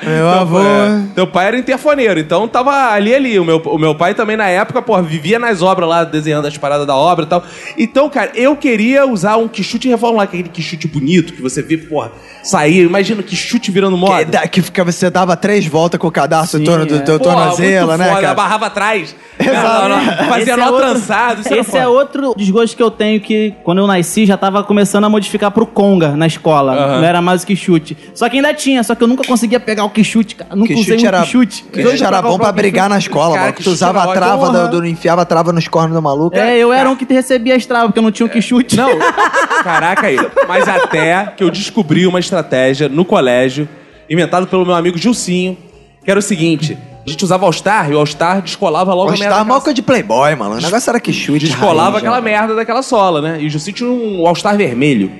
meu avô.
É, Teu pai era interfoneiro, então tava ali ali. O meu, o meu pai também, na época, pô, vivia nas obras lá, desenhando as paradas da obra e tal. Então, cara, eu queria usar um quichute reformular, que é aquele quichute bonito que você vê, porra, sair. Imagina o quichute virando moda.
Que, da- que fica- você dava três voltas com o cadastro em
Sim,
torno do
é.
teu
Porra,
tornozelo,
muito
né,
foda,
cara?
Abarrava atrás.
[LAUGHS] Exato.
Não, não,
Esse
Fazia
é
nó
outro-
trançado. Isso era
Esse é
foda.
outro desgosto que eu tenho que quando eu nasci já tava começando a modificar pro conga na escola.
Aham.
Não era mais o que chute. Só que ainda tinha, só que eu nunca conseguia pegar o que chute, cara. Nunca usei
Quichute
um
era,
que chute.
quichute era bom pra brigar na escola,
é Cara,
mano. Que tu
quichute
usava
era
a trava,
ótimo.
do, do- enfiava a trava nos cornos do maluco.
É, eu era um que recebia as travas, porque eu não tinha o que chute.
É. Não, caraca aí. Mas até que eu descobri uma estratégia no colégio, inventada pelo meu amigo Gilcinho, que era o seguinte: a gente usava All-Star e o All-Star descolava logo a merda
Gostava
daquela-
mal que de playboy, mano. O negócio era que chute.
Descolava
raiz,
aquela
ó.
merda daquela sola, né? E o Gilcinho tinha um All-Star vermelho.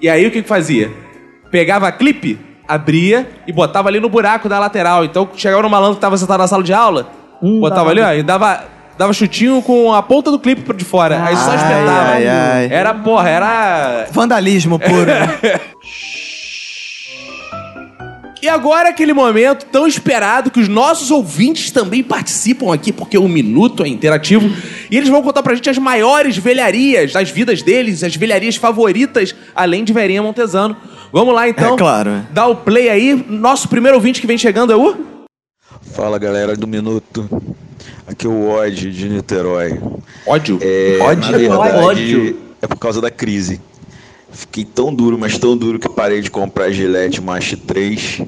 E aí o que que fazia? Pegava a clipe, abria e botava ali no buraco da lateral. Então chegava no malandro que tava sentado na sala de aula,
Uh,
Hum,
botava
dava
ali, ó, e dava. Dava chutinho com a ponta do clipe de fora. aí só
Ai,
espetava.
ai, ai.
Era, porra, era.
Vandalismo puro.
[LAUGHS]
né?
E agora aquele momento tão esperado que os nossos ouvintes também participam aqui, porque o minuto é interativo, e eles vão contar pra gente as maiores velharias das vidas deles, as velharias favoritas, além de Verinha Montesano. Vamos lá então.
É claro.
Dá o play aí. Nosso primeiro ouvinte que vem chegando é o
Fala galera do Minuto. Aqui é o Odd de Niterói.
ódio.
É,
Ódio?
na verdade,
Ódio?
É por causa da crise. Fiquei tão duro, mas tão duro que parei de comprar Gillette Macho 3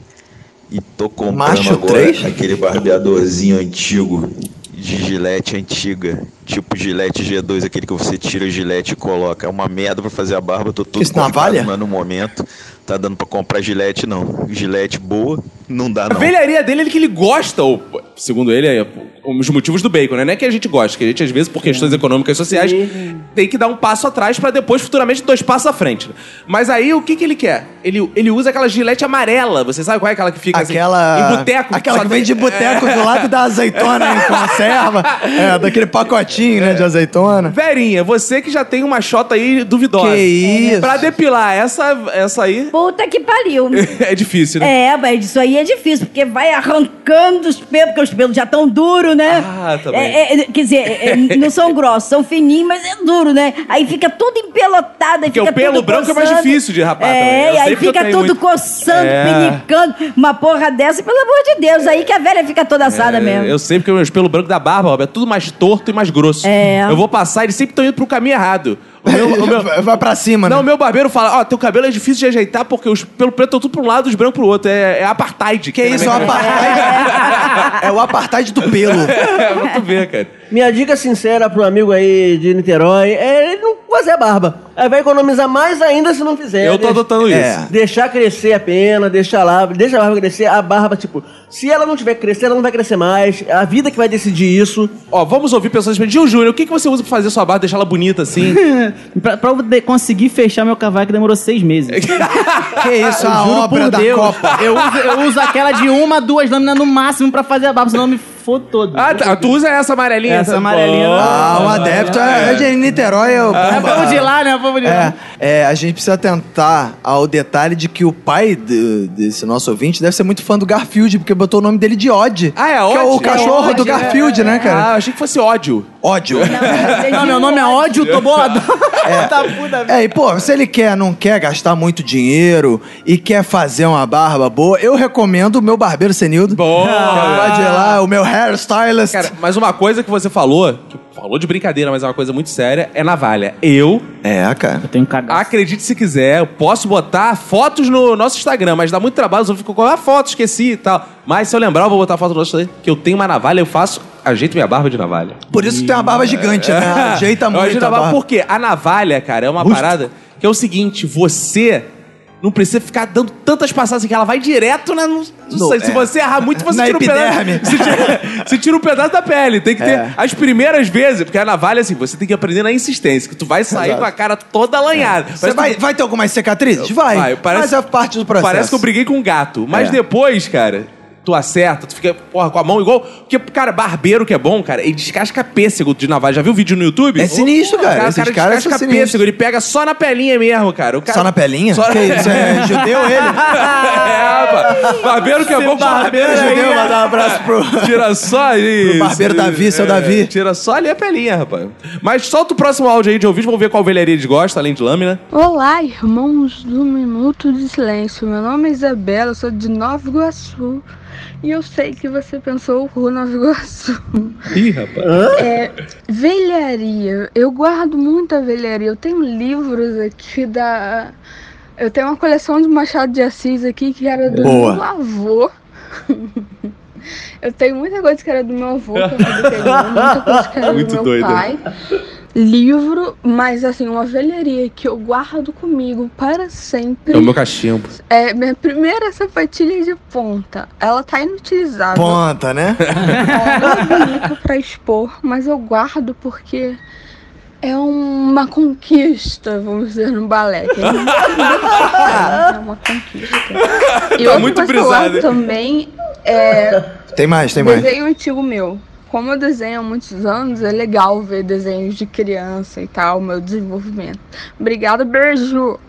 e tô comprando
Macho
agora
3?
aquele barbeadorzinho antigo de Gillette antiga, tipo Gillette G2, aquele que você tira o Gillette e coloca. É uma merda pra fazer a barba, tô todo
Isso, é navalha?
mas no momento tá dando pra comprar Gillette não. Gillette boa não dá
A
não.
velharia dele é que ele gosta, ou, segundo ele, é um dos motivos do bacon, né? Não é que a gente gosta, que a gente, às vezes, por questões econômicas e sociais, tem que dar um passo atrás pra depois, futuramente, dois passos à frente. né? Mas aí, o que que ele quer? Ele, ele usa aquela gilete amarela, você sabe qual é aquela que fica assim,
Aquela.
em boteco?
Aquela
só
que
tem-
vem de boteco do lado da azeitona em conserva. É, daquele pacotinho, né, de azeitona.
Verinha, você que já tem uma xota aí duvidosa.
Que isso?
Pra [LAUGHS] depilar, essa, essa aí
Puta que
[LAUGHS]
pariu.
é difícil, né?
É, mas isso aí é difícil, porque vai arrancando os pelos, porque os pelos já estão duros, né?
Ah, tá bem.
É, é, quer dizer,
[LAUGHS]
é, é, não são grossos, são fininhos, mas é duro, né? Aí fica tudo empelotado. aí
Porque
fica
o pelo
tudo
branco é mais
coçando.
difícil de rapar também. né? Eu
É, e
sei
aí
porque eu
fica
tenho
tudo
muito.
coçando,
É.
pinicando, uma porra dessa, pelo amor de Deus, aí que a velha fica toda assada
É,
mesmo.
Eu sei porque meus pelos brancos da barba, Roberto, é tudo mais torto e mais grosso.
É.
Eu vou passar, eles sempre estão indo pro caminho errado. O meu- o meu-
[LAUGHS] Vai pra cima, né?
Não, o meu barbeiro fala, ó, teu cabelo é difícil de ajeitar porque os pelos pretos estão tudo pra um lado, os brancos pro outro. É, é apartheid.
Que isso, é o apartheid.
[LAUGHS]
é o apartheid do pelo.
É, pra tu ver, cara.
Minha dica sincera pro amigo aí de Niterói é ele não fazer a barba. Aí vai economizar mais ainda se não fizer.
Eu tô
Deixa-
adotando
É.
isso.
Deixar crescer a pena, deixar lá, deixa a barba crescer, a barba, tipo, se ela não tiver que crescer, ela não vai crescer mais, é a vida que vai decidir isso.
Ó, vamos ouvir pessoas dizendo, Gil Júnior, o que, que você usa pra fazer sua barba, deixar ela bonita assim?
[LAUGHS] pra, pra eu de- conseguir fechar meu cavaco demorou
[LAUGHS]
seis meses.
Que isso, a obra da Copa.
Eu uso, eu uso aquela de uma, duas lâminas no máximo pra fazer a barba, senão eu me fodo todo.
ah, tá, tu usa essa amarelinha?
Essa amarelinha.
Pô,
Ah, um adepto é, é de Niterói. É, o
É povo de lá, né? É povo de
É,
lá.
é, a gente precisa atentar ao detalhe de que o pai de- desse nosso ouvinte deve ser muito fã do Garfield, porque botou o nome dele de Odd.
Ah, é
Que é o
Odd?
cachorro
É Odd,
do Garfield, né, cara?
Ah, achei que fosse ódio.
Ódio.
[LAUGHS]
Não, meu nome é ódio, tô bolado. Tá puta
É, e pô, se ele quer, não quer gastar muito dinheiro e quer fazer uma barba boa, eu recomendo o meu barbeiro senildo.
Boa!
Que é o Odd lá, o meu hairstylist.
Cara, mas uma coisa que você falou, que falou de brincadeira, mas é uma coisa muito séria, é navalha. Eu,
É, cara.
Eu tenho um cagado.
acredite se quiser, eu posso botar fotos no nosso Instagram, mas dá muito trabalho, eu fico com a foto, esqueci e tal. Mas se eu lembrar, eu vou botar a foto no nosso Instagram, que eu tenho uma navalha, eu faço, ajeito minha É barba de navalha. É.
Por isso que tem uma barba gigante,
[LAUGHS]
né? Ajeita
Eu ajeito
muito
a
a barba.
Por quê? A navalha, cara, é uma parada que é o seguinte, você Não precisa ficar dando tantas passadas que ela vai direto na.
No-
no- se- se
é.
você errar muito, você
Na
tira um [LAUGHS]
epiderme.
pedaço. Você tira, você tira um pedaço da pele. Tem que ter.
É.
As primeiras vezes, porque a navalha, assim, você tem que aprender na insistência, que tu vai sair
Exato.
com a cara toda alanhada.
É. Você vai, vai ter algumas cicatrizes? Vai. mas é parte do processo.
Parece que eu briguei com um gato. Mas
É.
depois, cara, tu acerta, tu fica, porra, com a mão igual. Porque, cara, barbeiro que é bom, cara, ele descasca pêssego de navalha. Já viu o vídeo no YouTube?
É sinistro, cara.
O
Esses
cara,
caras
descasca
são
pêssego,
sinistros.
ele pega só na pelinha mesmo, cara. O cara
Só na pelinha?
Só na-
Que isso?
[LAUGHS]
É judeu ele?
é, rapaz. Barbeiro que é bom.
Barbeiro judeu, mandar um abraço pro.
[LAUGHS] Tira só aí. é,
Pro barbeiro Davi, seu Davi.
Tira só ali a pelinha, rapaz. Mas solta o próximo áudio aí de ouvidos, vamos ver qual velharia eles gostam, além de lâmina.
Olá, irmãos do Minuto de Silêncio. Meu nome é Isabela, sou de Nova Iguaçu. E eu sei que você pensou o Nova Iguaçu.
Ih, rapaz.
É, velharia. Eu guardo muita velharia. Eu tenho livros aqui da. Eu tenho uma coleção de Machado de Assis aqui que era do
Boa.
meu avô. Eu tenho muita coisa que era do meu avô, que eu acabei pegando, muita coisa que era
Muito
do meu
doida.
pai. Livro, mas assim, uma velharia que eu guardo comigo para sempre.
É o meu cachimbo.
É minha primeira sapatilha de ponta. Ela tá inutilizável.
Ponta, né?
Ela não é bonita pra expor, mas eu guardo porque é uma conquista, vamos dizer, no balé. que a gente
[LAUGHS]
não tem, É uma conquista. E
Tá
outra coisa
muito
que eu
brisada.
guardo também é
Tem mais, tem mais.
desenho antigo meu. Como eu desenho há muitos anos, é legal ver desenhos de criança e tal, meu desenvolvimento. Obrigada,
[LAUGHS]
beijo!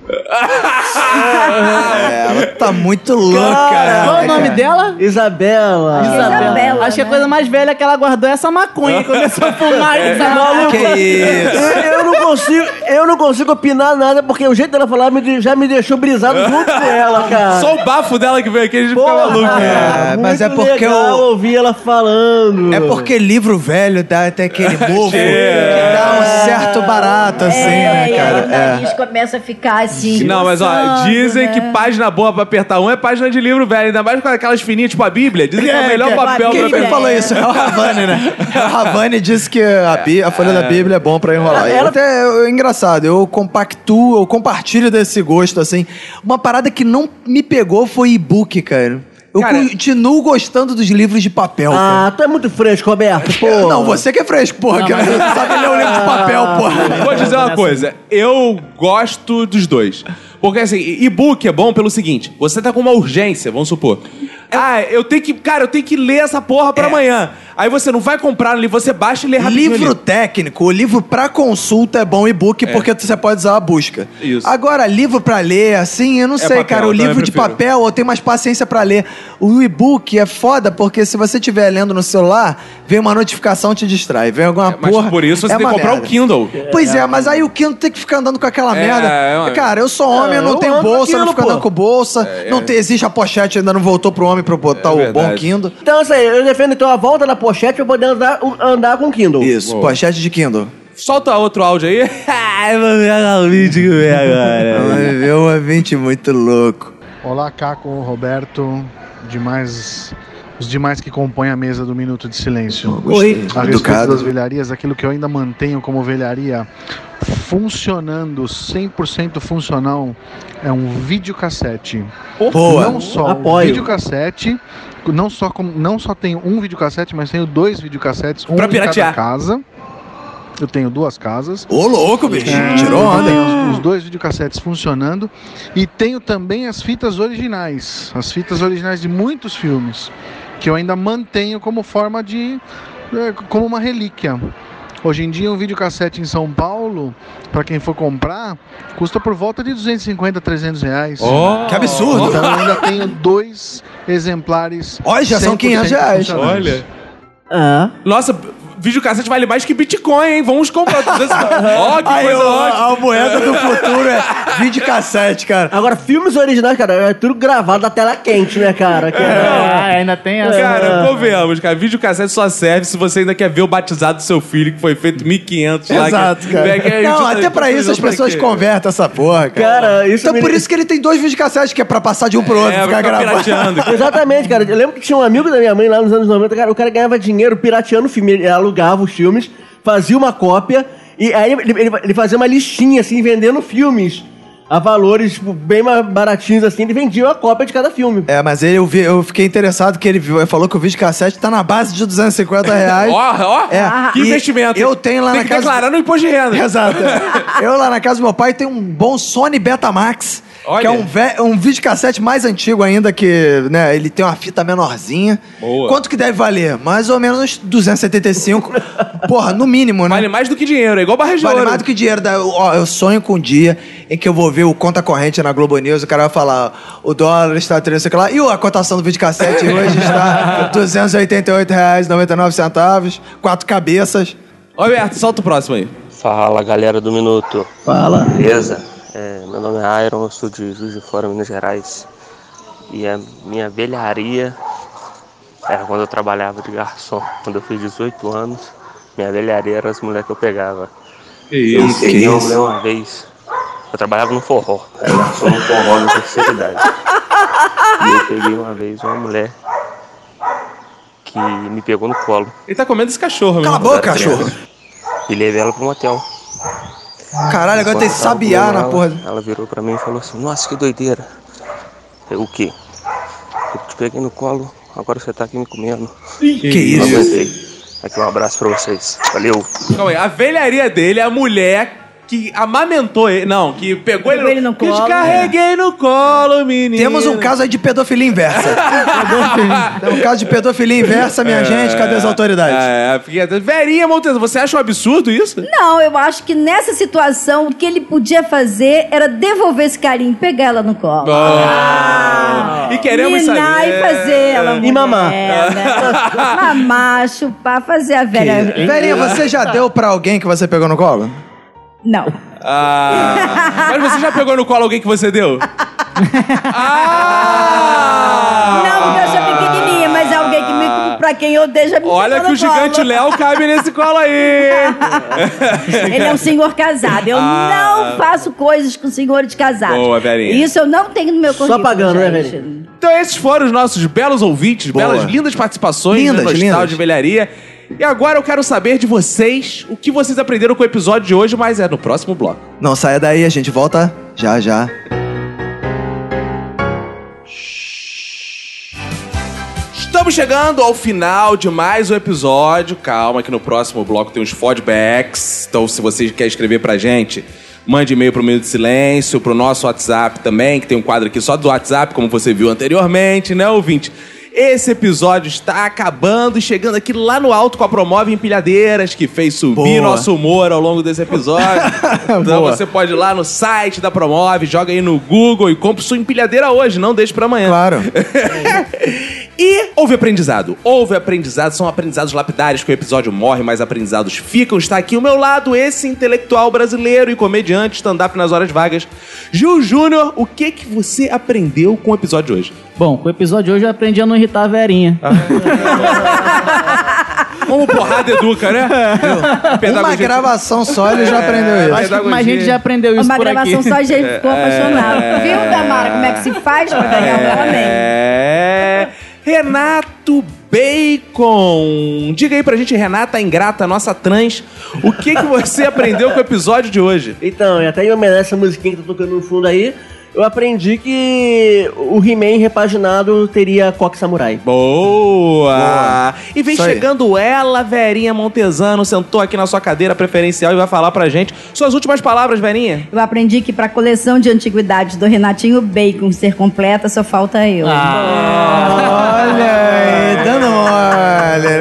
É, [LAUGHS] ela tá muito louca.
Qual é
né,
o nome
cara?
dela?
Isabela.
Isabela,
Acho que a
né?
coisa mais velha que ela guardou é essa maconha. Começou
[LAUGHS]
a fumar e desenvolve.
É. Que isso?
É, Eu não consigo, eu não consigo opinar nada, porque o jeito dela falar me de- já me deixou brisado junto com ela,
[LAUGHS]
cara.
Só o bafo dela que veio aqui, a gente fica maluco.
É, mas é
Muito
porque
legal
o-
ouvir ela falando.
É porque livro velho dá até aquele mofo que dá um certo barato, assim,
É,
né,
e aí o
cara? É.
nariz começa a ficar assim.
Não, mas ó,
roçando,
dizem
né?
que página boa pra apertar um é página de livro velho, ainda mais com aquelas fininhas, tipo a Bíblia. Dizem que é, o melhor
que-
papel
Quem
pra
que
apertar.
falou isso? É o Ravani, né? O Ravani disse que a, Bí- a folha da Bíblia é bom pra enrolar. E até eu- é engraçado, eu compactuo, eu compartilho desse gosto, assim. Uma parada que não me pegou foi e-book, cara. Eu
Cara-
continuo gostando dos livros de papel, cara.
Ah, tu é muito fresco, Roberto. Pô.
Não, você que é fresco, porra, que não sabe ler um livro de papel, porra.
Vou dizer uma coisa, eu gosto dos dois. Porque assim, e-book é bom pelo seguinte: você tá com uma urgência, vamos supor. Ah, eu tenho que. Cara, eu tenho que ler essa porra
É.
pra amanhã. Aí você não vai comprar no livro, você baixa e lê rapidinho.
Livro
ali.
técnico, o livro pra consulta é bom e-book porque você pode usar a busca.
Isso.
Agora, livro pra ler, assim, eu não
É
sei,
papel,
cara. O
eu também
livro de
prefiro.
papel eu tenho mais paciência pra ler. O e-book é foda porque se você estiver lendo no celular, vem uma notificação te distrai, vem alguma
Mas
porra.
por isso você
é
tem que
uma
comprar o
merda.
Kindle.
Pois é, mas aí o Kindle tem que ficar andando com aquela
É,
merda.
é uma- É,
Cara, eu sou homem, eu não
eu
tenho
ando com
bolsa, eu não
Kindle,
fico andando
pô.
com bolsa. Não tem- existe a pochete, ainda não voltou pro homem pra botar o bom
verdade.
Kindle.
Então, isso aí, eu defendo então a volta da pochete pra poder andar, andar com o Kindle.
Isso, pochete [LAUGHS] de Kindle.
Solta outro áudio aí. [LAUGHS] Ai, vou pegar o vídeo que
É
vem agora.
Vai ver um ouvinte muito louco.
Olá, Caco, Roberto, demais, os demais que compõem a mesa do Minuto de Silêncio.
Oi,
A respeito das
educado.
velharias, aquilo que eu ainda mantenho como velharia funcionando, 100% funcional, é um videocassete. Não
Boa.
só
Apoio.
um videocassete, não só, com- não só tenho um videocassete, mas tenho dois videocassetes, um
Pra
em cada
piratear.
casa. Eu tenho duas casas.
Ô, louco, bicho.
É,
Tirou
eu
onda.
tenho os, os dois videocassetes funcionando e tenho também as fitas originais, as fitas originais de muitos filmes que eu ainda mantenho como forma de é, como uma relíquia. Hoje em dia um videocassete em São Paulo, para quem for comprar, custa por volta de 250, 300 reais.
Que absurdo.
Então eu ainda tenho dois exemplares.
Olha, já são
100%
500 reais.
funcionais.
Ah.
Nossa, videocassete vale mais que Bitcoin, hein? Vamos comprar. Ó, que
Aí,
coisa
ó,
ótima.
a moeda do futuro é videocassete, cara.
Agora, filmes originais, cara, é tudo gravado na tela quente, né, cara? Que [LAUGHS] é-
Ah, ainda tem essa.
Cara, convenhamos, cara. Videocassete só serve se você ainda quer ver o batizado do seu filho, que foi feito 1500 lá.
Exato,
que-
cara.
É que a gente
Não,
tá-
até pra isso as
pra
pessoas
quê?
convertem essa porra, cara.
Cara, isso
Então
me-
por isso que ele tem dois videocassetes, que é pra passar de um pro outro,
É,
ficar
ficar
gravando.
pirateando.
[LAUGHS] Exatamente, cara. Eu lembro que tinha um amigo da minha mãe lá nos anos 90, cara, o cara ganhava dinheiro pirateando filme, ele alugava os filmes, fazia uma cópia, e aí ele, ele- ele fazia uma listinha, assim, vendendo filmes. a valores tipo, bem mais baratinhos assim, ele vendia uma cópia de cada filme.
É, mas ele, eu, vi- eu fiquei interessado que ele viu- ele falou que o vídeo cassete tá na base de 250 reais. É,
Ó, ó, que
e
investimento.
Eu tenho lá
Tem
na
que
casa.
declarar no imposto de renda. [LAUGHS]
Exato. eu lá na casa do meu pai tenho um bom Sony Betamax.
Olha.
Que é um, ve... um vídeo cassete mais antigo ainda, que né, ele tem uma fita menorzinha.
Boa.
Quanto que deve valer? Mais ou menos uns 275. Porra, no mínimo, né?
Vale mais do que dinheiro, é igual barra de
Vale
ouro.
mais do que dinheiro. Da, ó, eu sonho com um dia em que eu vou ver o conta corrente na Globo News, o cara vai falar, o dólar está 3, sei lá, e a cotação do videocassete hoje
[LAUGHS]
está R$ 288,99, quatro cabeças.
[LAUGHS] Ó, Alberto, solta o próximo aí.
Fala galera do Minuto.
Fala.
Beleza? É, meu nome é Iron, eu sou de Juiz de Fora, Minas Gerais. E a minha velharia era quando eu trabalhava de garçom. Quando eu fiz 18 anos, minha velharia era as mulheres que eu pegava.
Que isso,
eu peguei
que
uma
isso.
mulher uma vez. Eu trabalhava no forró. Era garçom no forró na terceira idade. E eu peguei uma vez uma mulher que me pegou no colo.
Ele tá comendo esse cachorro,
Cala a
mesmo.
boca, cachorro.
E levei ela pra um hotel.
Caralho, agora
Enquanto
tem
eu tava
sabiá
com
na
ela,
porra.
Ela virou pra mim e falou assim: Nossa, que doideira. Eu, o quê? Eu te peguei no colo, agora você tá aqui me comendo.
Ih, que isso?
Não aguentei. Aqui um abraço pra vocês. Valeu.
Calma aí, a velharia dele é a mulher que amamentou ele. Não, que pegou ele, no que
colo.
né?
Descarreguei no colo, menino.
Temos um caso aí de pedofilia
[LAUGHS]
inversa. Tem um caso de pedofilia inversa, minha gente, cadê as autoridades?
É, é, fiquei até- Verinha Montezuma, você acha um absurdo
[LAUGHS]
isso?
Não, eu acho que nessa situação o que ele podia fazer era devolver esse carinho, pegar ela no colo.
Ah, e queremos
Minar
saber.
e fazer ela mulher,
E mamar.
Né? Mamar, chupar, fazer a velha.
Velhinha, você já deu pra alguém que você pegou no colo?
Não.
Ah, mas você já pegou no colo alguém que você deu? Ah.
Não, porque eu sou pequenininha, mas alguém que me, pra quem eu deixo me
Olha
pegou
que o
no colo.
gigante Léo
[LAUGHS]
cabe nesse colo aí.
Ele
[LAUGHS]
é um senhor casado. Eu
Ah.
não faço coisas com senhores casados.
Boa, Verinha.
Isso eu não tenho no meu currículo. gente.
Então esses foram os nossos belos ouvintes, belas, lindas participações
Lindas,
no Nostal
lindas.
de Velharia. E agora eu quero saber de vocês o que vocês aprenderam com o episódio de hoje, mas é no próximo bloco.
Não saia daí, a gente volta já já.
Estamos chegando ao final de mais um episódio. Calma que no próximo bloco tem os feedbacks. Então se você quer escrever pra gente, mande e-mail pro Minuto de Silêncio, pro nosso WhatsApp também, que tem um quadro aqui só do WhatsApp, como você viu anteriormente, né, ouvinte? Esse episódio está acabando e chegando aqui lá no alto com a Promove Empilhadeiras, que fez subir
Boa.
nosso humor ao longo desse episódio.
[LAUGHS]
então você pode ir lá no site da Promove, joga aí no Google e compra sua empilhadeira hoje, não deixe pra amanhã.
Claro.
[LAUGHS] E houve aprendizado. Houve aprendizado, são aprendizados lapidares que o episódio morre, mas aprendizados ficam. Está aqui ao meu lado esse intelectual brasileiro e comediante stand-up nas horas vagas. Gil Júnior, o que que você aprendeu com o episódio de hoje?
Bom, com o episódio de hoje eu aprendi a não irritar a verinha.
Como porrada educa, né?
Uma gravação só ele já aprendeu isso.
Acho que mais gente já aprendeu isso
Uma
por aqui.
gravação só a
[LAUGHS] É.
gente ficou apaixonado. Viu, Damara, como é que se faz pra pegar um homem?
É. Renato Bacon. Diga aí pra gente, Renata Ingrata, nossa trans, o que que você aprendeu com o episódio de hoje?
Então, e até em homenagem a essa musiquinha que tá tocando no fundo aí, eu aprendi que o He-Man repaginado teria Coque Samurai. [LAUGHS]
Boa! E vem
Isso aí.
chegando ela, Verinha Montesano, sentou aqui na sua cadeira preferencial e vai falar pra gente suas últimas palavras, Verinha.
Eu aprendi que pra coleção de antiguidades do Renatinho Bacon ser completa, só falta eu.
Olha aí, dando mole,
É.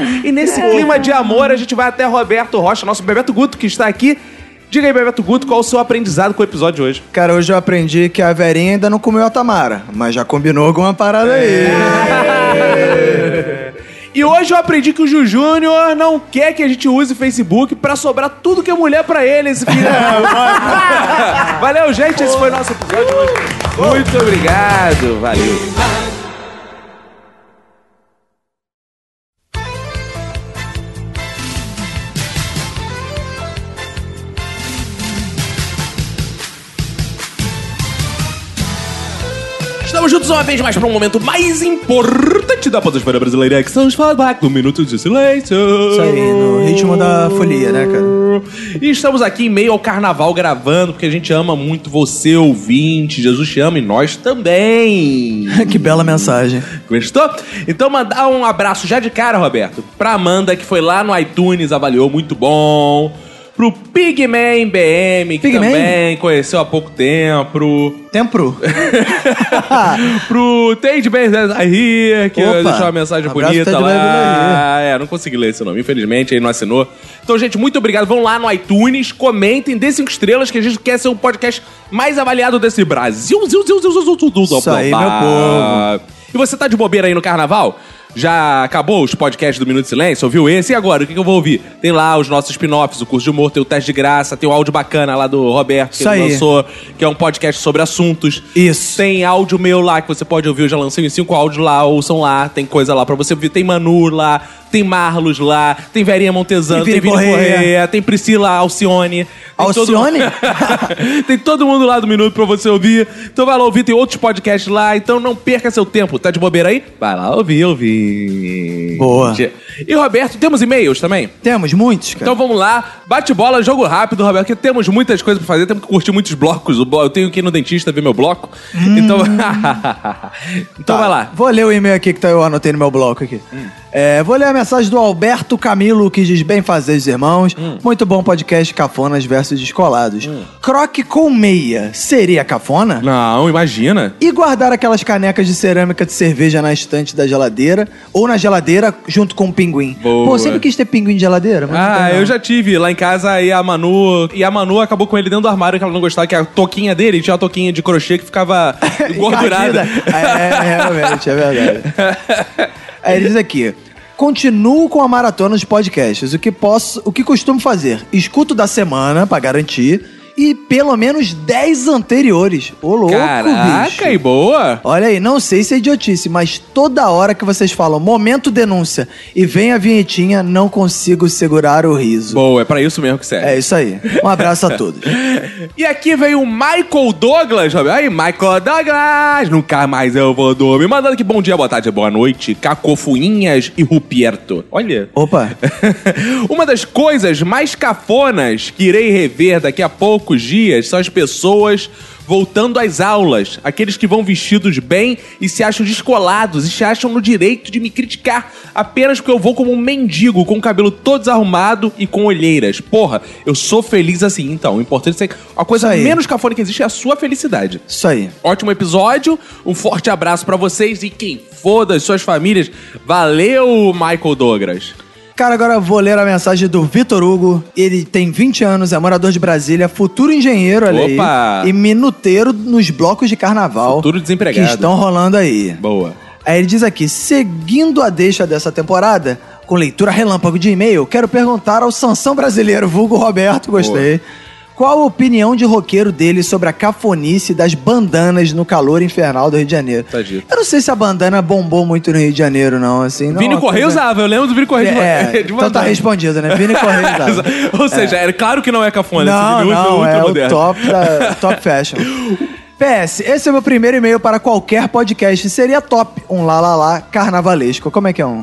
né?
E nesse
É.
clima de amor, a gente vai até Roberto Rocha, nosso Bebeto Guto, que está aqui. Diga aí, Bebeto Guto, qual o seu aprendizado com o episódio de hoje?
Cara, hoje eu aprendi que a Verinha ainda não comeu a Tamara, mas já combinou alguma parada aí.
E hoje eu aprendi que o Ju Júnior não quer que a gente use o Facebook pra sobrar tudo que é mulher pra ele, esse filho. [LAUGHS] Valeu, gente. Esse foi o nosso episódio de hoje. Muito obrigado. Valeu. Estamos juntos uma vez mais para um momento mais importante da Podosfera Brasileira, que são os fallbacks do Minuto de Silêncio. Isso
aí, no ritmo da folia, né, cara?
E estamos aqui em meio ao carnaval gravando, porque a gente ama muito você, ouvinte. Jesus te ama e nós também.
[LAUGHS] que bela mensagem.
Gostou? Então mandar um abraço já de cara, Roberto, pra Amanda, que foi lá no iTunes, avaliou muito bom. Pro Pigman BM, que
Pigman?
também conheceu há pouco tempo. [LAUGHS]
[LAUGHS] Tempo?
pro Tade Benz aí, que
Opa.
deixou uma mensagem
Abraço,
bonita
Tade
lá.
Benz
É, não consegui ler esse nome, infelizmente, aí não assinou. Então, gente, muito obrigado. Vão lá no iTunes, comentem, dê cinco estrelas, que a gente quer ser o podcast mais avaliado desse Brasil. Ziu, ziu, ziu, ziu, ziu, ziu, ziu,
Isso aí,
blá,
meu
blá.
povo.
E você tá de bobeira aí no carnaval? Já acabou os podcasts do Minuto de Silêncio? Ouviu esse? E agora? O que, que eu vou ouvir? Tem lá os nossos spin-offs, o curso de humor, tem o teste de graça, tem o áudio bacana lá do Roberto, que
Isso
ele
aí.
lançou, que é um podcast sobre assuntos. Isso. Tem áudio meu lá que você pode ouvir, eu já lancei uns cinco áudios lá, ouçam lá, tem coisa lá pra você ouvir. Tem Manu lá, tem Marlos lá, tem Verinha Montesano,
Tem
tem
Vini
Vini Correia.
Correia.
É, tem Priscila Alcione. tem todo-
Alcione?
[LAUGHS] tem todo mundo lá do Minuto pra você ouvir. Então vai lá ouvir, tem outros podcasts lá. Então não perca seu tempo. Tá de bobeira aí? Vai lá ouvir, ouvir.
Boa.
E Roberto, temos e-mails também?
Temos muitos, cara.
Então vamos lá, bate bola, jogo rápido, Roberto, porque temos muitas coisas pra fazer, temos que curtir muitos blocos. O blo- Eu tenho que ir no dentista ver meu bloco.
Hum.
Então. [LAUGHS] então vai lá.
Tá,
Hum.
Vou ler o e-mail aqui que tá- eu anotei no meu bloco aqui. É, vou ler a mensagem do Alberto Camilo, que diz bem fazer os irmãos.
Hum.
Muito bom podcast Cafonas versus Descolados. Croque com meia seria cafona?
Não, imagina.
E guardar aquelas canecas de cerâmica de cerveja na estante da geladeira ou na geladeira junto com um pinguim.
Boa.
Pô, sempre quis ter pinguim de geladeira, mas não
Ah,
tem, não.
eu já tive lá em casa e a Manu. E a Manu acabou com ele dentro do armário que ela não gostava, que a toquinha dele tinha uma toquinha de crochê que
[LAUGHS]
ficava gordurada.
É, é, realmente, é verdade. Aí ele diz aqui. Continuo com a maratona dos podcasts. O que posso, o que costumo fazer? Escuto da semana pra garantir e pelo menos 10 anteriores. Ô louco, bicho.
Caraca, e boa!
Olha aí, não sei se é idiotice, mas toda hora que vocês falam momento denúncia e vem a vinhetinha, não consigo segurar o riso.
Boa, é pra isso mesmo que serve.
É isso aí. Um abraço a todos.
E aqui veio o Michael Douglas, Roberto. Aí, Michael Douglas, nunca mais eu vou dormir. Mandando que bom dia, boa tarde, boa noite, cacofuinhas e Rupierto. Olha.
Opa.
Uma das coisas mais cafonas que irei rever daqui a poucos dias são as pessoas voltando às aulas. Aqueles que vão vestidos bem e se acham descolados e se acham no direito de me criticar apenas porque eu vou como um mendigo, com o cabelo todo desarrumado e com olheiras. Porra, eu sou feliz assim. Então, o importante é que a coisa
Isso aí.
menos cafona que existe é a sua felicidade.
Isso aí.
Ótimo episódio, um forte abraço pra vocês e quem for das suas famílias. Valeu, Michael Douglas.
Cara, agora eu vou ler a mensagem do Vitor Hugo. Ele tem 20 anos, é morador de Brasília, futuro engenheiro, olha aí,
Opa!
E minuteiro nos blocos de carnaval.
Futuro desempregado.
Que estão rolando aí.
Boa.
Aí ele diz aqui: seguindo a deixa dessa temporada, com leitura relâmpago de e-mail, quero perguntar ao Sansão brasileiro, vulgo Roberto, gostei. Qual a opinião de roqueiro dele sobre a cafonice das bandanas no calor infernal do Rio de Janeiro?
Tá dito.
Eu não sei se a bandana bombou muito no Rio de Janeiro, não, assim. não é
Vini
uma
Correia
coisa-
usava, eu lembro do Vini Correia de-
É,
[LAUGHS] de
então tá
mandar.
respondido, né? Vini
[LAUGHS]
Correia usava.
Ou seja, é. claro que não é cafona. esse
Não,
Vini ultra,
não,
ultra
é o
moderno.
top, da, top fashion. PS, esse é meu primeiro e-mail para qualquer podcast. Seria top um lá, lá, lá carnavalesco. Como é que é um?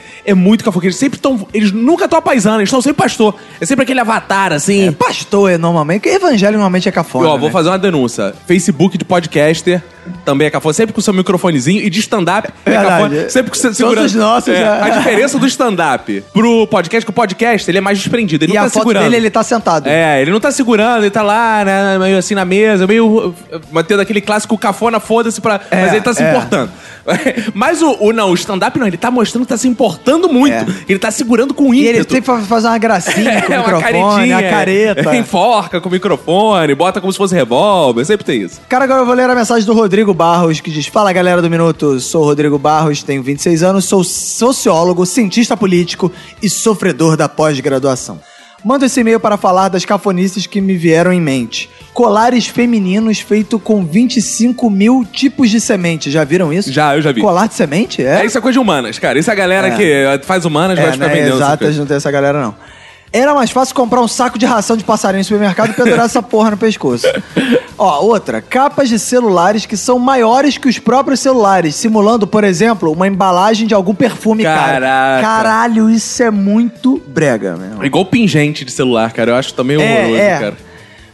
É muito cafona. porque Eles sempre estão. Eles nunca estão paisando, eles estão sempre pastor. É sempre aquele avatar, assim.
É pastor, é, normalmente. Porque evangelho normalmente é
E,
cafona.
ó, vou
né?
fazer uma denúncia. Facebook de podcaster também é cafona. Sempre com seu microfonezinho. E de stand-up é
Verdade.
cafona. Sempre com seu
Todos os nossos,
É,
é.
A diferença do stand-up pro podcast, que o podcast ele é mais desprendido. Ele
E
não
a
tá
foto
segurando.
dele, ele tá sentado.
É, ele não tá segurando, ele tá lá, né, meio assim na mesa, meio eh, mantendo aquele clássico cafona, foda-se pra...
É,
Mas ele tá se
é.
importando. [LAUGHS] Mas o, o- não, o stand-up não, ele tá mostrando que tá se importando muito. Ele tá [LAUGHS] segurando com
E ele
ímpeto.
tem que fazer uma gracinha com o
[LAUGHS] É,
microfone, a careta.
[LAUGHS] Enforca com o microfone, bota como se fosse revólver, sempre tem isso.
Cara, agora eu vou ler a mensagem do Rodrigo. Rodrigo Barros, que diz: Fala galera do Minuto, sou o Rodrigo Barros, tenho 26 anos, sou sociólogo, cientista político e sofredor da pós-graduação. Mando esse e-mail para falar das cafonices que me vieram em mente. Colares femininos feito com 25 mil tipos de semente. Já viram isso?
Já, eu já vi.
Colar de semente? É?
É, isso é coisa de humanas, cara. Isso é a galera
É.
que faz humanas vai ficar
né,
vendendo. essas
Exatas,
coisas.
não tem essa galera, não. Era mais fácil comprar um saco de ração de passarinho no supermercado e pendurar essa porra no pescoço. Ó, outra. Capas de celulares que são maiores que os próprios celulares, simulando, por exemplo, uma embalagem de algum perfume, cara.
Caraca.
Caralho, isso é muito brega, meu.
É igual pingente de celular, cara. Eu acho também
É,
horroroso,
é.
cara.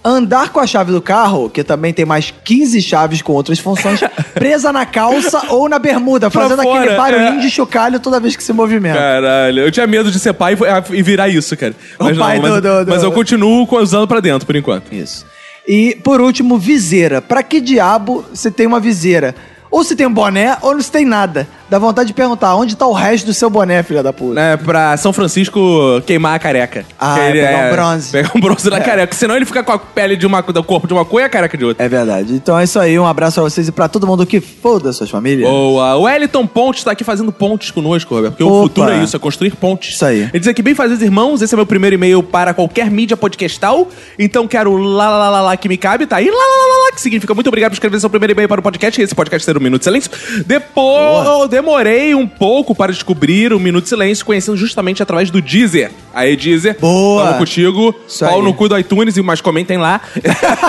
Andar com a chave do carro, que também tem mais 15 chaves com outras
[LAUGHS]
funções, presa na calça ou na bermuda,
Pra
fazendo aquele
fora,
barulhinho
é.
de chocalho toda vez que se movimenta.
Caralho, eu tinha medo de ser pai e- e virar isso, cara.
O
Mas
pai
não,
do-
mas,
do- do-
mas eu continuo co- usando pra dentro, por enquanto.
Isso. E, por último, viseira. Pra que diabo você tem uma viseira? Ou você tem um boné, ou não você tem nada. Dá vontade de perguntar, onde tá o resto do seu boné, filha da puta?
É, pra São Francisco queimar a careca.
Ah,
Que
é pegar um bronze.
[LAUGHS] Pegar um bronze na
É.
careca. Senão ele fica com a pele de uma, do corpo de uma cor e a careca de outra.
É verdade. Então é isso aí. Um abraço pra vocês e pra todo mundo que foda suas famílias.
Boa. O Wellington Pontes tá aqui fazendo pontes conosco, Roberto. Porque o
Opa.
futuro é isso, é construir pontes.
Isso aí.
Ele diz aqui, bem fazer irmãos, esse é meu primeiro e-mail para qualquer mídia podcastal. Então quero lá, lá, lá, lá, lá que me cabe, tá aí, lá, lá, lá, lá, que significa muito obrigado por escrever seu primeiro e-mail para o podcast, esse podcast será o Minuto de Silêncio. Depois, eu demorei um pouco para descobrir o Minuto de Silêncio, conhecendo justamente através do Deezer. Aí, Deezer,
Boa.
tamo contigo,
Isso
pau
aí.
no cu do iTunes, e mas comentem lá. [LAUGHS]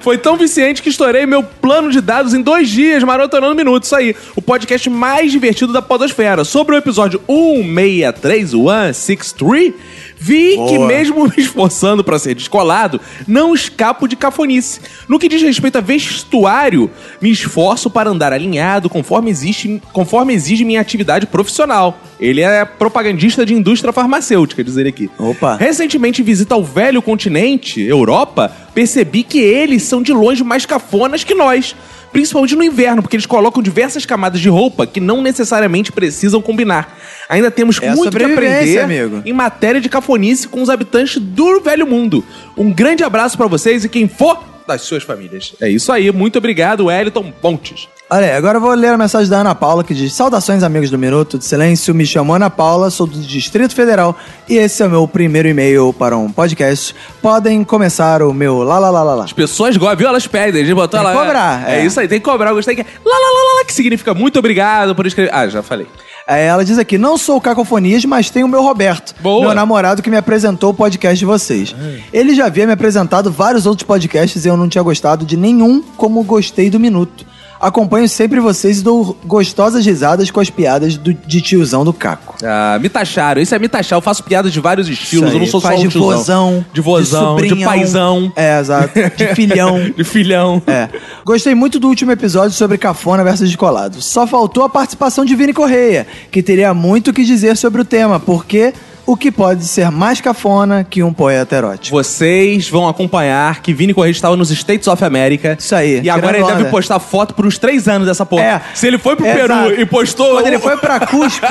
Foi tão viciante que estourei meu plano de dados em dois dias, marotonando minutos. Isso aí, o podcast mais divertido da Podosfera. Sobre o episódio 163, 163, vi que mesmo me esforçando pra ser descolado, não escapo de cafonice. No que diz respeito a vestuário, me esforço para andar alinhado conforme existe, conforme exige minha atividade profissional. Ele é propagandista de indústria farmacêutica, diz ele aqui.
Opa.
Recentemente, em visita ao velho continente, Europa, percebi que eles são de longe mais cafonas que nós. Principalmente no inverno, porque eles colocam diversas camadas de roupa que não necessariamente precisam combinar. Ainda temos
É a
muito que aprender
sobrevivência, amigo.
em matéria de cafonice com os habitantes do velho mundo. Um grande abraço pra vocês e quem for das suas famílias. É isso aí, muito obrigado, Wellington Pontes.
Olha, aí, agora eu vou ler a mensagem da Ana Paula que diz: Saudações, amigos do Minuto de Silêncio. Me chamo Ana Paula, sou do Distrito Federal e esse é o meu primeiro e-mail para um podcast. Podem começar o meu lá lá lá lá lá.
As pessoas gostam, viu? Elas pedem, eles
Tem
botam lá.
que cobrar,
É.
é.
isso aí, tem que cobrar. Eu gostei que. é Lá, lá, lá, lá, lá, que significa muito obrigado por escrever. Ah, já falei.
Aí ela diz aqui: não sou o Cacofonias, mas tenho o meu Roberto,
Boa.
meu namorado que me apresentou o podcast de vocês. Ele já havia me apresentado vários outros podcasts e eu não tinha gostado de nenhum como gostei do Minuto. Acompanho sempre vocês e dou gostosas risadas com as piadas do- de tiozão do Caco.
Ah, me taxaram. Isso é me taxar. Eu faço piadas de vários estilos.
Isso
Eu não
aí.
sou
Faz
só um
de
tiozão.
vozão,
De vozão,
de
de,
sobrinhão.
paizão.
É, exato. De filhão.
[LAUGHS] de filhão.
É. Gostei muito do último episódio sobre cafona versus descolado. Só faltou a participação de Vini Correia, que teria muito o que dizer sobre o tema, porque o que pode ser mais cafona que um poeta erótico?
Vocês vão acompanhar que Vini Correia estava nos States of America.
Isso aí.
E agora
tirando
ele deve
onda.
postar foto por uns três anos dessa porra.
É.
Se ele foi pro
Exato.
Peru e postou. um.
Quando ele foi pra Cusco,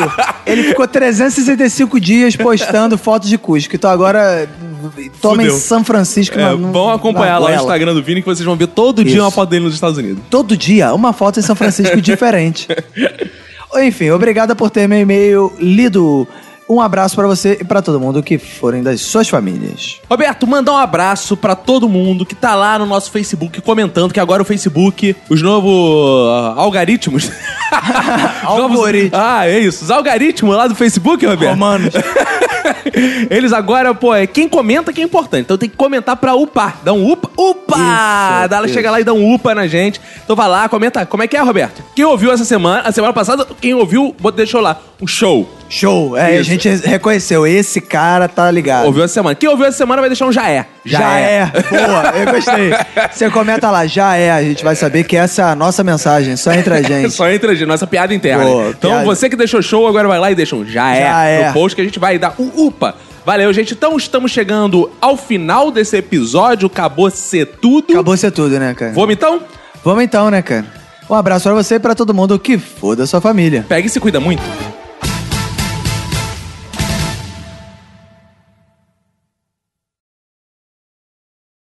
ele ficou 365 dias postando fotos de Cusco. Então agora tomem
Fudeu.
São Francisco.
É,
na- no-
vão acompanhar
na
lá o
goela.
Instagram do Vini que vocês vão ver todo dia
Isso.
uma foto dele nos Estados Unidos.
Todo dia, uma foto em São
[LAUGHS]
Francisco diferente. Enfim, obrigada por ter meu e-mail lido. Um abraço pra você e pra todo mundo que forem das suas famílias.
Roberto, mandar um abraço pra todo mundo que tá lá no nosso Facebook comentando que agora o Facebook, os novos ah,
[LAUGHS]
algaritmos. Os novos-
Algoritmo.
Ah, é isso. Os algaritmos lá do Facebook, Roberto.
Romanos.
[LAUGHS] Eles agora, pô, é quem comenta que é importante. Então tem que comentar pra upar. Dá um upa. Upa!
Isso,
Dá, ela
isso.
chega lá e dá um upa na gente. Então vai lá, comenta. Como é que é, Roberto? Quem ouviu essa semana, a semana passada, quem ouviu, bot- deixou lá. Um show.
Show! É, a
Isso.
gente reconheceu. Esse cara tá ligado.
Ouviu essa semana. Quem ouviu essa semana vai deixar um já é.
Já, é. Boa, eu gostei. Você comenta lá, já é. A gente vai saber que essa é a nossa mensagem, só
[LAUGHS]
entre a gente.
É Só entra de nossa piada interna.
Boa,
então
piada.
você que deixou show, agora vai lá e deixa um já é
Já é.
no post que a gente vai dar um upa. Valeu, gente. Então estamos chegando ao final desse episódio. Acabou ser tudo.
Acabou ser tudo, né, cara?
Vamos então?
Vamos então, né, cara? Um abraço pra você e pra todo mundo que foda sua família.
Pega e se cuida muito.